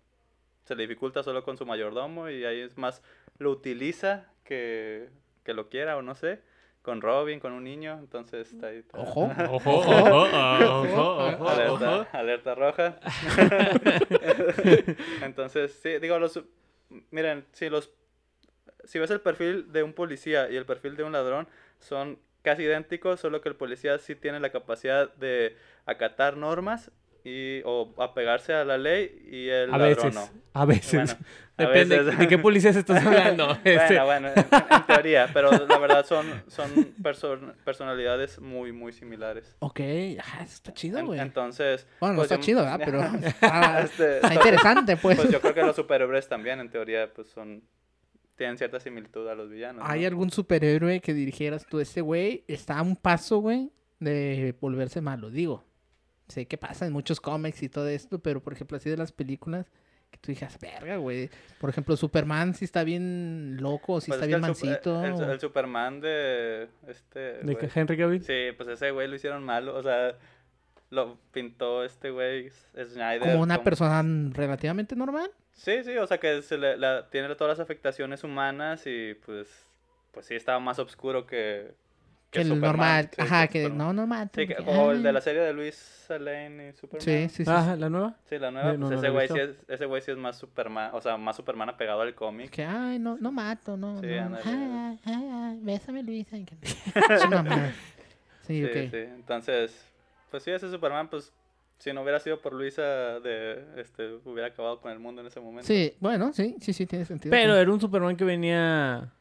S3: Se le dificulta solo con su mayordomo y ahí es más, lo utiliza que, que lo quiera o no sé, con Robin, con un niño, entonces está ahí. está-
S2: Ojo.
S1: Ojo, ojo, ojo, ojo,
S3: Alerta,
S1: Oh, ojo.
S3: alerta roja. Entonces, sí, digo, los... Miren, si los... Si ves el perfil de un policía y el perfil de un ladrón, son casi idénticos, solo que el policía sí tiene la capacidad de acatar normas y, o apegarse a la ley y el
S1: A
S3: ladrón
S1: veces,
S3: no.
S1: a veces.
S3: Bueno, a
S1: Depende
S3: veces.
S1: de qué policías estás hablando. Este,
S3: Bueno, bueno, en, en teoría, pero la verdad son, son perso- personalidades muy, muy similares.
S2: Ok, ah, eso está chido,
S3: En-
S2: güey.
S3: entonces...
S2: Bueno, no
S3: pues,
S2: está
S3: yo-
S2: chido, ¿verdad? Pero está,
S3: Este,
S2: Ah, está
S3: so-
S2: interesante, pues.
S3: Pues yo creo que los superhéroes también, en teoría, pues son. Tienen cierta similitud a los villanos. ¿no?
S2: ¿Hay algún superhéroe que dirigieras tú? Este güey está a un paso, güey, de volverse malo. Digo, sé que pasa en muchos cómics y todo esto, pero por ejemplo, así de las películas que tú dijeras, verga, güey. Por ejemplo, Superman, si está bien loco, si
S3: Pues
S2: está
S3: es
S2: bien
S3: que el sup-
S2: mansito.
S3: El, el
S2: o-
S3: Superman de. Este.
S1: ¿De
S3: güey.
S1: que Henry Cavill?
S3: Sí, pues ese güey lo hicieron malo. O sea, lo pintó este güey Snyder.
S2: Como una
S3: con-
S2: persona relativamente normal.
S3: Sí, sí, o sea que se le- la- tiene todas las afectaciones humanas y pues. Pues sí, estaba más oscuro que.
S2: Que el
S3: Superman,
S2: normal.
S3: sí,
S2: Ajá, que
S3: Superman.
S2: no, normal.
S3: Sí, que- como el de la serie de Luis Lane y Superman.
S2: Sí, sí, sí.
S1: Ah, ¿la nueva?
S3: Sí, la nueva,
S1: Eh, no, no
S3: pues
S1: la
S3: ese
S1: he
S3: güey sí
S1: visto.
S3: es, ese güey sí es más Superman, o sea, más Superman apegado al cómic.
S2: Que, ay, no, no mato, no.
S3: Sí,
S2: no.
S3: ándale.
S2: Ay, ay, ay, bésame, Luisa. y que- Es una madre. Sí,
S3: Sí,
S2: ok.
S3: sí. Entonces, pues sí, ese Superman, pues, si no hubiera sido por Luisa, de, este, hubiera acabado con el mundo en ese momento.
S2: Sí, bueno, sí, sí, sí, tiene sentido.
S1: Pero
S2: tiene-
S1: era un Superman que venía.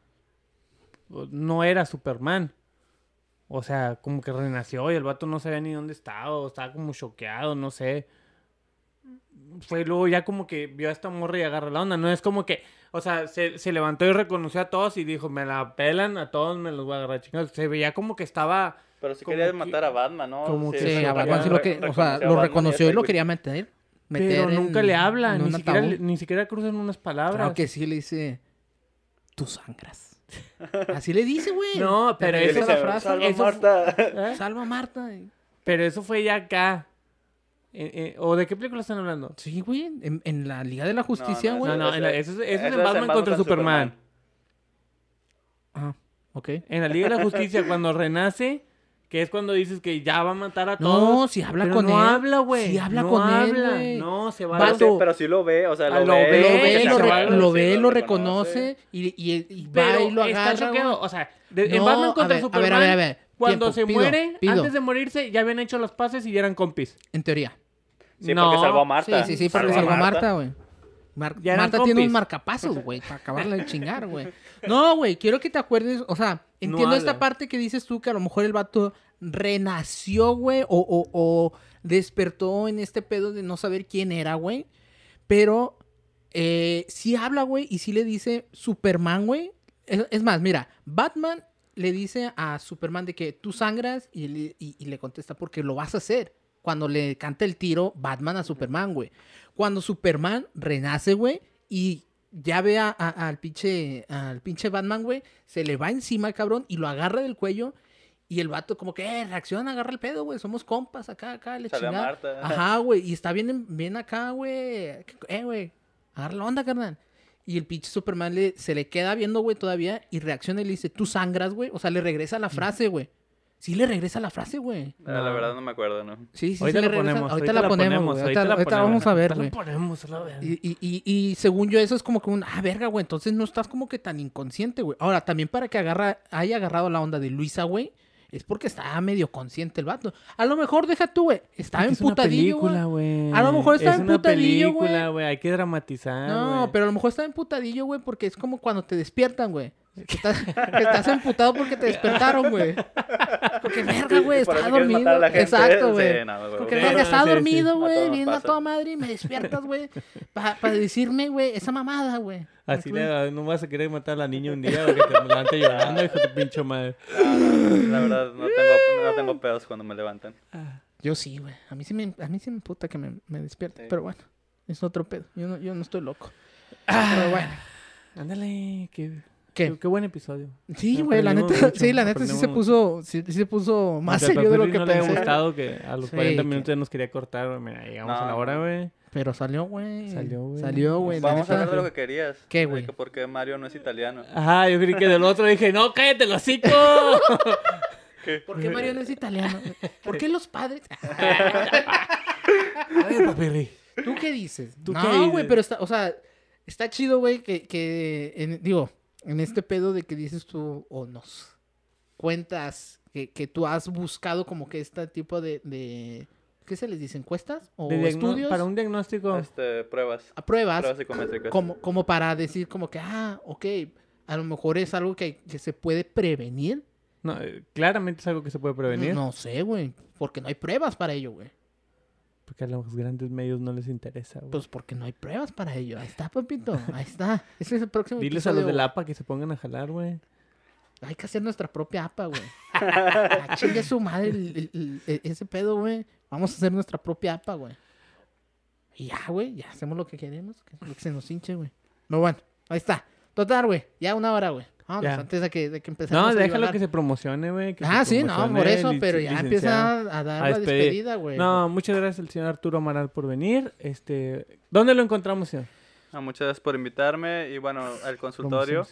S1: pues, No era Superman. O sea, como que renació y el vato no sabía ni dónde estaba, o estaba como choqueado, no sé. Fue luego ya como que vio a esta morra y agarró la onda. No es como que, o sea, se, se levantó y reconoció a todos y dijo, me la pelan, a todos me los voy a agarrar chingados. Se veía como que estaba.
S3: Pero sí
S1: Como
S3: quería
S1: que-
S3: matar a Batman, ¿no?
S1: como que-
S2: Sí,
S1: Sí,
S2: a Batman sí
S1: re-
S2: lo que, o sea, lo reconoció y lo quería mantener. meter
S1: pero nunca
S2: en-
S1: le habla,
S2: en
S1: ni
S2: un
S1: siquiera,
S2: ataúd. Ah,
S1: le- ni siquiera cruzan unas palabras.
S2: Claro que sí le dice, tú sangras. Así le dice, güey.
S1: No,
S2: Le
S1: pero
S3: Pero
S2: regresa
S1: eso-
S2: la frase.
S1: Salva
S2: eso-
S3: Marta.
S1: ¿Eh?
S2: Salva a Marta.
S1: Pero eso fue ya acá. Eh, eh, ¿O de qué película están hablando?
S2: Sí, güey, en, en la Liga de la Justicia,
S3: no,
S2: güey.
S1: No, no, en la-
S3: ese-
S1: eso, es- eso es
S3: ese
S1: en Batman, contra Superman.
S2: Ah, ok.
S1: En la Liga de la Justicia, cuando renace, que es cuando dices que ya va a matar a todos.
S2: No, si habla
S1: pero
S2: con
S1: no
S2: él.
S1: habla, güey.
S2: Si habla
S1: no
S2: con
S1: habla.
S2: él, güey.
S1: No, se va
S3: Pero sí,
S2: Vato.
S3: pero sí lo ve, o sea,
S1: Ah,
S3: lo,
S1: lo
S3: ve,
S1: ve,
S2: Lo
S1: Eh,
S2: ve,
S1: que
S2: lo,
S1: se
S2: re-
S1: va,
S2: lo ve, lo reconoce y, y, y va
S1: Pero
S2: y lo
S1: está
S2: agarra. güey.
S1: choqueado. O sea, de- en
S2: No,
S1: Batman
S2: a
S1: contra
S2: ver,
S1: Superman,
S2: A ver, a ver, a ver.
S1: cuando
S2: Tiempo,
S1: se
S2: pido,
S1: muere,
S2: pido,
S1: antes de morirse, ya habían hecho las paces y ya eran compis.
S2: En teoría.
S3: Sí,
S1: No.
S3: porque salvó a Marta.
S2: Sí, sí, sí, porque salvó a Marta, güey. Mar-
S1: Ya eran
S2: Marta tiene un
S1: compis.
S2: marcapasos, güey, para acabarla de chingar, güey. No, güey, quiero que te acuerdes, o sea, entiendo esta
S1: habla.
S2: parte que dices tú que a lo mejor el vato renació, güey, o, o- o despertó en este pedo de no saber quién era, güey. Pero eh, sí habla, güey, y sí le dice Superman, güey. Es, es más, mira, Batman le dice a Superman de que tú sangras y, le- y- y le contesta porque lo vas a hacer. Cuando le canta el tiro Batman a Superman, güey. Cuando Superman renace, güey, y ya ve a- a- al, pinche, al pinche Batman, güey, se le va encima, cabrón, y lo agarra del cuello. Y el vato como que eh, reacciona, agarra el pedo, güey. Somos compas acá, acá, le
S3: Salve a
S2: chingada.
S3: Marta.
S2: Ajá, güey. Y está bien, bien acá, güey. Eh, güey. Agarra la onda, carnal. Y el pinche Superman le- se le queda viendo, güey, todavía. Y reacciona y le dice, tú sangras, güey. O sea, le regresa la frase, güey. Sí le regresa la frase, güey.
S3: Ah, La verdad no me acuerdo, ¿no?
S2: Sí, sí,
S1: ahorita,
S2: sí
S1: la
S2: le regresa-
S1: ponemos,
S2: Ahorita, la ponemos, güey. Ahorita,
S1: la
S2: ahorita
S1: ponemos.
S2: vamos a ver,
S1: Ahorita
S2: güey.
S1: la ponemos, a la verga.
S2: Y, y- y- y según yo, eso es como que un, ah, verga, güey, entonces no estás como que tan inconsciente, güey. Ahora, también para que agarra, haya agarrado la onda de Luisa, güey, es porque está medio consciente el vato. A lo mejor, deja tú, güey, está
S1: Es una
S2: ah, emputadillo, güey.
S1: película, güey.
S2: A lo mejor está
S1: es una
S2: emputadillo, güey.
S1: película, güey. Hay que dramatizar,
S2: No,
S1: güey.
S2: pero a lo mejor está emputadillo, güey, porque es como cuando te despiertan, güey. Estás, estás emputado porque te despertaron, güey. Porque verga, güey,
S3: Y por
S2: estaba
S3: eso quieres matar
S2: dormido.
S3: a la gente.
S2: Exacto,
S3: Sí,
S2: güey.
S3: no, güey,
S2: Porque
S1: Sí,
S2: verga,
S1: no,
S2: estaba
S1: sí,
S2: dormido,
S3: sí. A
S2: güey,
S3: todos nos
S2: viendo a
S3: pasa.
S2: toda madre y me despiertas, güey, para decirme, güey, esa mamada, güey. ¿Me
S1: Así
S2: explico?
S1: le, no vas a querer matar a la niña un día o que te levante llorando, hijo de pinche madre.
S3: No, no, la verdad, no tengo, no tengo pedos cuando me levantan.
S2: Yo sí, güey. A mí sí me, a mí sí me puta que me, me despierte.
S3: Sí.
S2: Pero bueno, es otro pedo. Yo no, yo no estoy loco. Pero bueno,
S1: Ándale, qué,
S2: ¿qué?
S1: qué- qué buen episodio.
S2: Sí,
S1: Ya
S2: güey, la
S1: aprendimos
S2: neta,
S1: mucho,
S2: sí, la neta sí se
S1: aprendimos
S2: puso, sí, sí se puso más
S1: Aunque al
S2: serio de lo
S1: Papirri
S2: que
S1: no le
S2: pensé.
S1: había gustado que a los
S2: Sí,
S1: 40
S2: que-
S1: minutos ya nos quería cortar. güey, Mira, llegamos
S3: No,
S1: a la hora, güey.
S2: Pero salió, güey.
S1: Salió, güey.
S2: Salió, güey. la
S3: Vamos a
S2: neta.
S3: hablar de lo que querías.
S2: ¿Qué,
S3: De
S2: güey?
S3: que ¿Por qué Mario no es italiano?
S1: Ajá, yo creí que del otro dije, no, cállate los hocico.
S2: ¿Por qué Mario no es italiano? ¿Por qué los padres?
S1: a ver, papirri.
S2: ¿Tú qué dices?
S1: ¿Tú
S2: no,
S1: qué dices?
S2: güey, pero está, o sea, está chido, güey, que, que en- digo, en este pedo de que dices tú o nos cuentas que, que tú has buscado como que este tipo de, de- ¿qué se les dice? ¿Encuestas? ¿O
S1: De diagno-
S2: estudios? Ah.
S1: Para un diagnóstico.
S3: Este, pruebas.
S2: A pruebas,
S3: Pruebas psicométricas.
S2: como, como para decir como que, ah, ok, a lo mejor es algo que, que se puede prevenir.
S1: No, eh, claramente es algo que se puede prevenir.
S2: No sé, güey, porque no hay pruebas para ello, güey.
S1: Porque a los grandes medios no les interesa, güey.
S2: Pues porque no hay pruebas para ello. Ahí está, papito. Ahí está. Ese es el próximo
S1: Diles a los de
S2: episodio,
S1: la APA que se pongan a jalar, güey.
S2: Hay que hacer nuestra propia APA, güey. Ah, Chingue su madre el- el- el- ese pedo, güey. Vamos a hacer nuestra propia APA, güey. Y ya, güey, ya hacemos lo que queremos, que lo que se nos hinche, güey. Pero bueno, ahí está. Total, güey. Ya una hora, güey. Vamos,
S1: Ya.
S2: antes de que, de que empecemos
S1: No,
S2: a
S1: déjalo
S2: divagar.
S1: que se promocione, güey. que se
S2: Ah, sí, no,
S1: promocione,
S2: por eso,
S1: lic-
S2: pero ya
S1: licenciado.
S2: empieza a dar
S1: a
S2: la
S1: despedir.
S2: despedida, güey.
S1: No, muchas gracias al señor Arturo Amaral por venir. Este, ¿dónde lo encontramos, señor?
S3: Ah, muchas gracias por invitarme. Y bueno, el consultorio.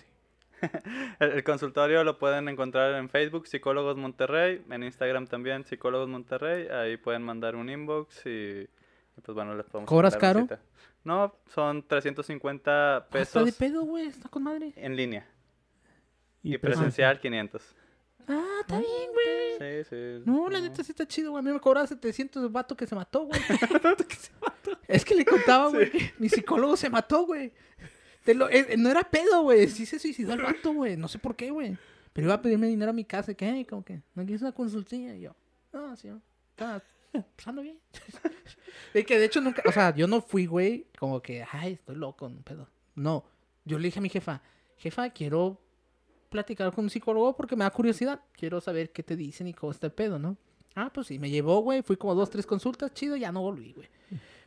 S3: El, el consultorio lo pueden encontrar en Facebook, Psicólogos Monterrey, en Instagram también, Psicólogos Monterrey. Ahí pueden mandar un inbox y, y pues bueno, les podemos
S2: ¿Cobras
S3: agendar una
S2: caro?
S3: cita. No, son 350
S2: Ah, Está de
S3: pesos
S2: pedo, güey. Está con madre.
S3: en línea y,
S1: presencial.
S3: presencial 500.
S2: Ah, está bien, güey.
S3: Sí, sí.
S2: No, la neta sí está chido, güey. A mí me cobraba 700 el vato que se mató, güey. Es que le contaba, güey, que mi psicólogo se mató, güey. Te lo- eh, eh, no era pedo, güey. Sí se suicidó el vato, güey. No sé por qué, güey. Pero iba a pedirme dinero a mi casa. y que, "Hey, como que, ¿no quieres una consultilla? Y yo, no, sí, está pasando bien. de que, de hecho, nunca... O sea, yo no fui, güey, como que, ay, estoy loco, no pedo. No. Yo le dije a mi jefa, jefa, quiero platicar con un psicólogo porque me da curiosidad. Quiero saber qué te dicen y cómo está el pedo, ¿no? Ah, pues sí, me llevó, güey. Fui como dos, tres consultas, chido, ya no volví, güey.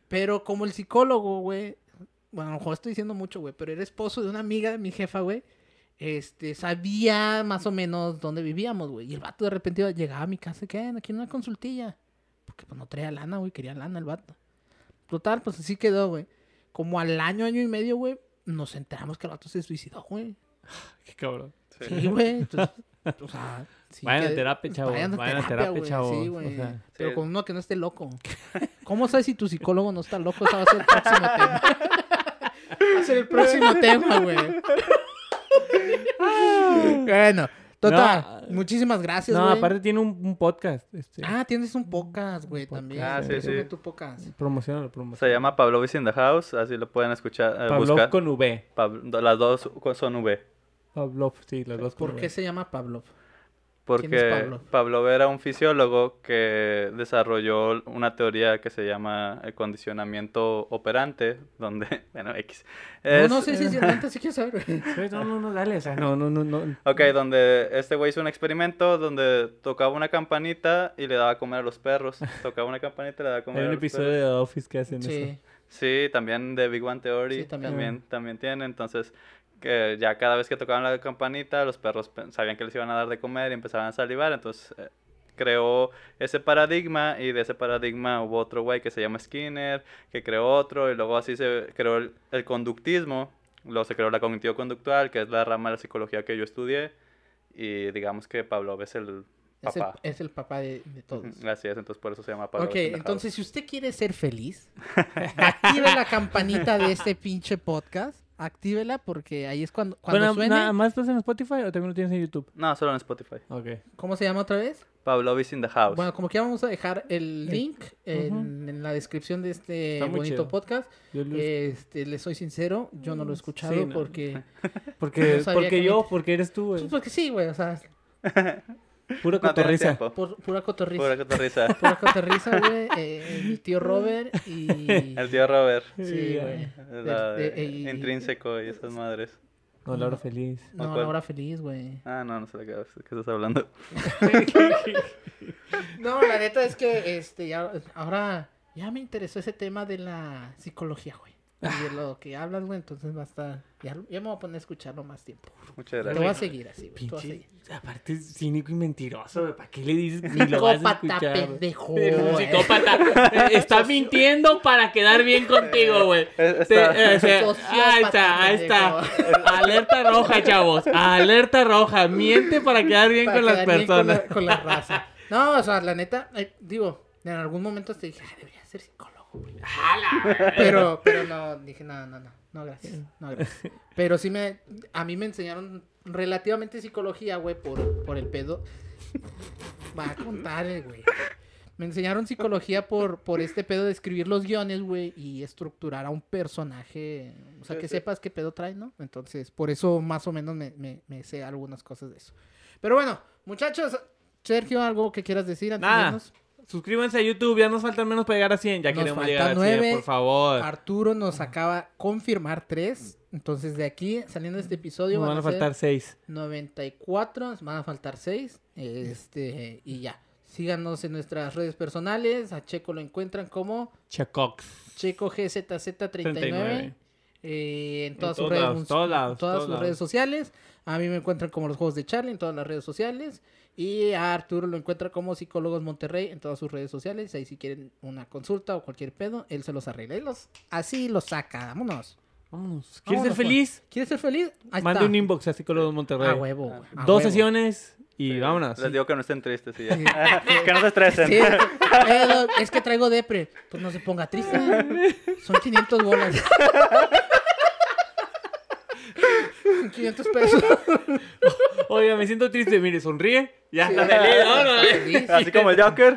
S2: Pero como el psicólogo, güey, bueno, a lo mejor estoy diciendo mucho, güey, pero era esposo de una amiga de mi jefa, güey. Este, sabía más o menos dónde vivíamos, güey. Y el vato de repente iba- llegaba a mi casa, ¿qué? Aquí una consultilla. Porque pues no traía lana, güey, quería lana el vato. Total, pues así quedó, güey. Como al año, año y medio, güey, nos enteramos que el vato se suicidó, güey.
S1: Ah, Qué cabrón.
S3: Sí.
S2: Sí, güey. entonces, o sea, sí
S1: Vayan a
S2: que-
S1: terapia, chavos, vayan a terapia,
S2: güey,
S1: chavos,
S2: Sí,
S1: o
S2: güey.
S1: sea.
S2: Pero
S3: Sí.
S2: con uno que no esté loco. ¿Cómo sabes si tu psicólogo no está loco? Ese va a ser el próximo tema. Va a ser el próximo tema, güey. bueno, total.
S1: No, ah,
S2: muchísimas gracias,
S1: No,
S2: güey.
S1: aparte tiene un, un podcast. Este,
S2: Ah, tienes un podcast, güey, también.
S3: Ah, sí,
S2: Tienes
S3: sí.
S2: tu podcast.
S1: Promocionalo, promocionalo.
S3: Se llama Pablo in the House, así lo pueden escuchar, eh,
S1: Pavlov
S3: buscar.
S1: con V.
S3: Pablo- las dos con- son V.
S1: Pavlov, sí, las dos con
S2: ¿Por
S1: V.
S2: qué se llama Pablo? ¿Quién es
S3: Porque
S2: Pablo?
S3: Pablo era un fisiólogo que desarrolló una teoría que se llama el condicionamiento operante, donde, bueno, X. Es-
S2: No, no, sí, sí, sí. Antes sí quiero saber, güey.
S1: Sí, No, no, no, dale. O sea, no, no, no. no.
S3: Ok, donde este güey hizo un experimento donde tocaba una campanita y le daba a comer a los perros. Tocaba una campanita y le daba a comer
S1: Hay
S3: a
S1: un
S3: los
S1: episodio
S3: perros.
S1: de The Office que hacen eso.
S2: Sí.
S3: Sí, también de Big One Theory
S2: Sí, también.
S3: también. También, tiene. Entonces, que ya cada vez que tocaban la campanita, los perros pe- sabían que les iban a dar de comer y empezaban a salivar. Entonces, eh, creó ese paradigma y de ese paradigma hubo otro güey que se llama Skinner, que creó otro y luego así se creó el, el conductismo. Luego se creó la cognitivo-conductual, que es la rama de la psicología que yo estudié. Y digamos que Pablo es el
S2: Es el,
S3: papá.
S2: es el papá de, de todos.
S3: Ujú, Así es, entonces por eso se llama Pablo.
S2: Ok,
S3: in the House.
S2: entonces si usted quiere ser feliz, active la campanita de este pinche podcast. Actívela porque ahí es cuando, cuando
S1: Bueno,
S2: suene.
S1: ¿nada más estás en Spotify o también lo tienes en YouTube?
S3: No, solo en Spotify.
S1: Ok.
S2: ¿Cómo se llama otra vez?
S3: Pavlovich in the house.
S2: Bueno, como que ya vamos a dejar el
S1: Sí.
S2: link en,
S1: Ujú.
S2: en la descripción de este
S1: Está muy
S2: bonito
S1: chido.
S2: podcast.
S1: Yo lo-
S2: Este, les soy sincero, yo no lo he escuchado
S1: Sí, no.
S2: porque...
S1: porque
S2: no sabía
S1: porque
S2: que
S1: yo,
S2: me-
S1: porque eres tú, güey.
S2: Pues porque sí, güey, o sea,
S1: Pura
S3: no tienes
S1: cotorriza.
S3: tiempo.
S2: por, pura cotorriza.
S3: Pura cotorriza.
S2: Pura cotorriza, güey, eh, el tío Robert y...
S3: El tío Robert.
S2: Sí, güey.
S3: la
S2: de-
S3: de
S2: y-
S3: intrínseco y esas madres.
S1: No, Laura feliz.
S2: No,
S3: ¿Cuál?
S2: Laura Feliz, güey.
S3: Ah, no, no sé de qué, de qué estás hablando.
S2: No, la neta es que este ya, ahora ya me interesó ese tema de la psicología, güey. Y de lo que hablas, güey, entonces va a estar... Ya, ya me voy a poner a escucharlo más tiempo.
S3: Muchas
S2: Lo voy a
S3: gracias.
S2: seguir así, güey. lo voy a
S1: Pinche.
S2: seguir.
S1: Aparte es cínico y mentiroso, güey. ¿Para qué le dices que lo vas a
S2: Psicópata,
S1: escuchar? güey?
S2: pendejo.
S1: Eres un
S2: güey.
S1: psicópata. Eh, Está mintiendo para quedar bien contigo, güey.
S3: Eh,
S1: Te-
S3: está-
S1: eh, o sea,
S2: Sociópata,
S1: ahí está, ahí está. Alerta roja, chavos. Alerta roja. Miente para quedar bien
S2: Para
S1: con las
S2: quedar bien con la-
S1: personas.
S2: Con la, raza. No, o sea, la neta, ay, digo, en algún momento te dije, "Ay, debería ser psicólogo, güey". Pero, pero no, dije, no, no, no, no, gracias, no, gracias. Pero sí me, a mí me enseñaron relativamente psicología, güey, por, por el pedo. Va a contar, el güey. Me enseñaron psicología por, por este pedo de escribir los guiones, güey, y estructurar a un personaje. O sea, que sepas qué pedo trae, ¿no? Entonces, por eso más o menos me, me, me sé algunas cosas de eso. Pero bueno, muchachos, Sergio, ¿algo que quieras decir antes de
S1: Nada.
S2: irnos?
S1: Suscríbanse a YouTube, ya nos faltan menos para llegar a 100. Ya
S2: Nos
S1: queremos
S2: faltan
S1: llegar a 100,
S2: nueve.
S1: por favor.
S2: Arturo nos acaba de confirmar tres. Entonces, de aquí, saliendo de este episodio,
S1: Nos van a faltar
S2: ser
S1: 6.
S2: 94, nos van a faltar seis. Este, y ya. Síganos en nuestras redes personales. A Checo lo encuentran como
S1: Chacox.
S2: Checo GZZ39.
S1: 39.
S2: eh, en todas
S1: En todos
S2: sus redes,
S1: lados,
S2: mun-
S1: todos lados,
S2: en todas
S1: todos
S2: sus
S1: lados.
S2: redes sociales. A mí me encuentran como los juegos de Charlie en todas las redes sociales. Y a Arturo lo encuentra como Psicólogos Monterrey en todas sus redes sociales. Ahí si quieren una consulta o cualquier pedo, él se los arregla. Él los, así los saca. Vámonos.
S1: Vámonos. ¿Quieres
S2: Vámonos,
S1: ser
S2: pues.
S1: feliz?
S2: ¿Quieres ser feliz? Ahí
S1: Manda
S2: está.
S1: un inbox a Psicólogos Monterrey.
S2: A huevo. güey, a
S1: Dos
S2: huevo.
S1: sesiones y
S3: Sí,
S1: vámonos.
S3: Les digo que no estén tristes y ya.
S2: Sí.
S3: que no se estresen.
S2: Sí, es, que, eh, doc, es que traigo depre. Pues no se ponga triste. Son 500 bolas. Son 500 pesos.
S1: Oiga, me siento triste. Mire, sonríe. Ya está feliz. vámonos.
S2: Feliz.
S3: Así como el Joker.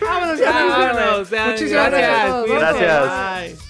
S2: Vámonos, ya.
S1: Vámonos. o sea, Ah,
S2: Muchísimas gracias. a todos.
S1: cuídense,
S3: Gracias.
S1: bye.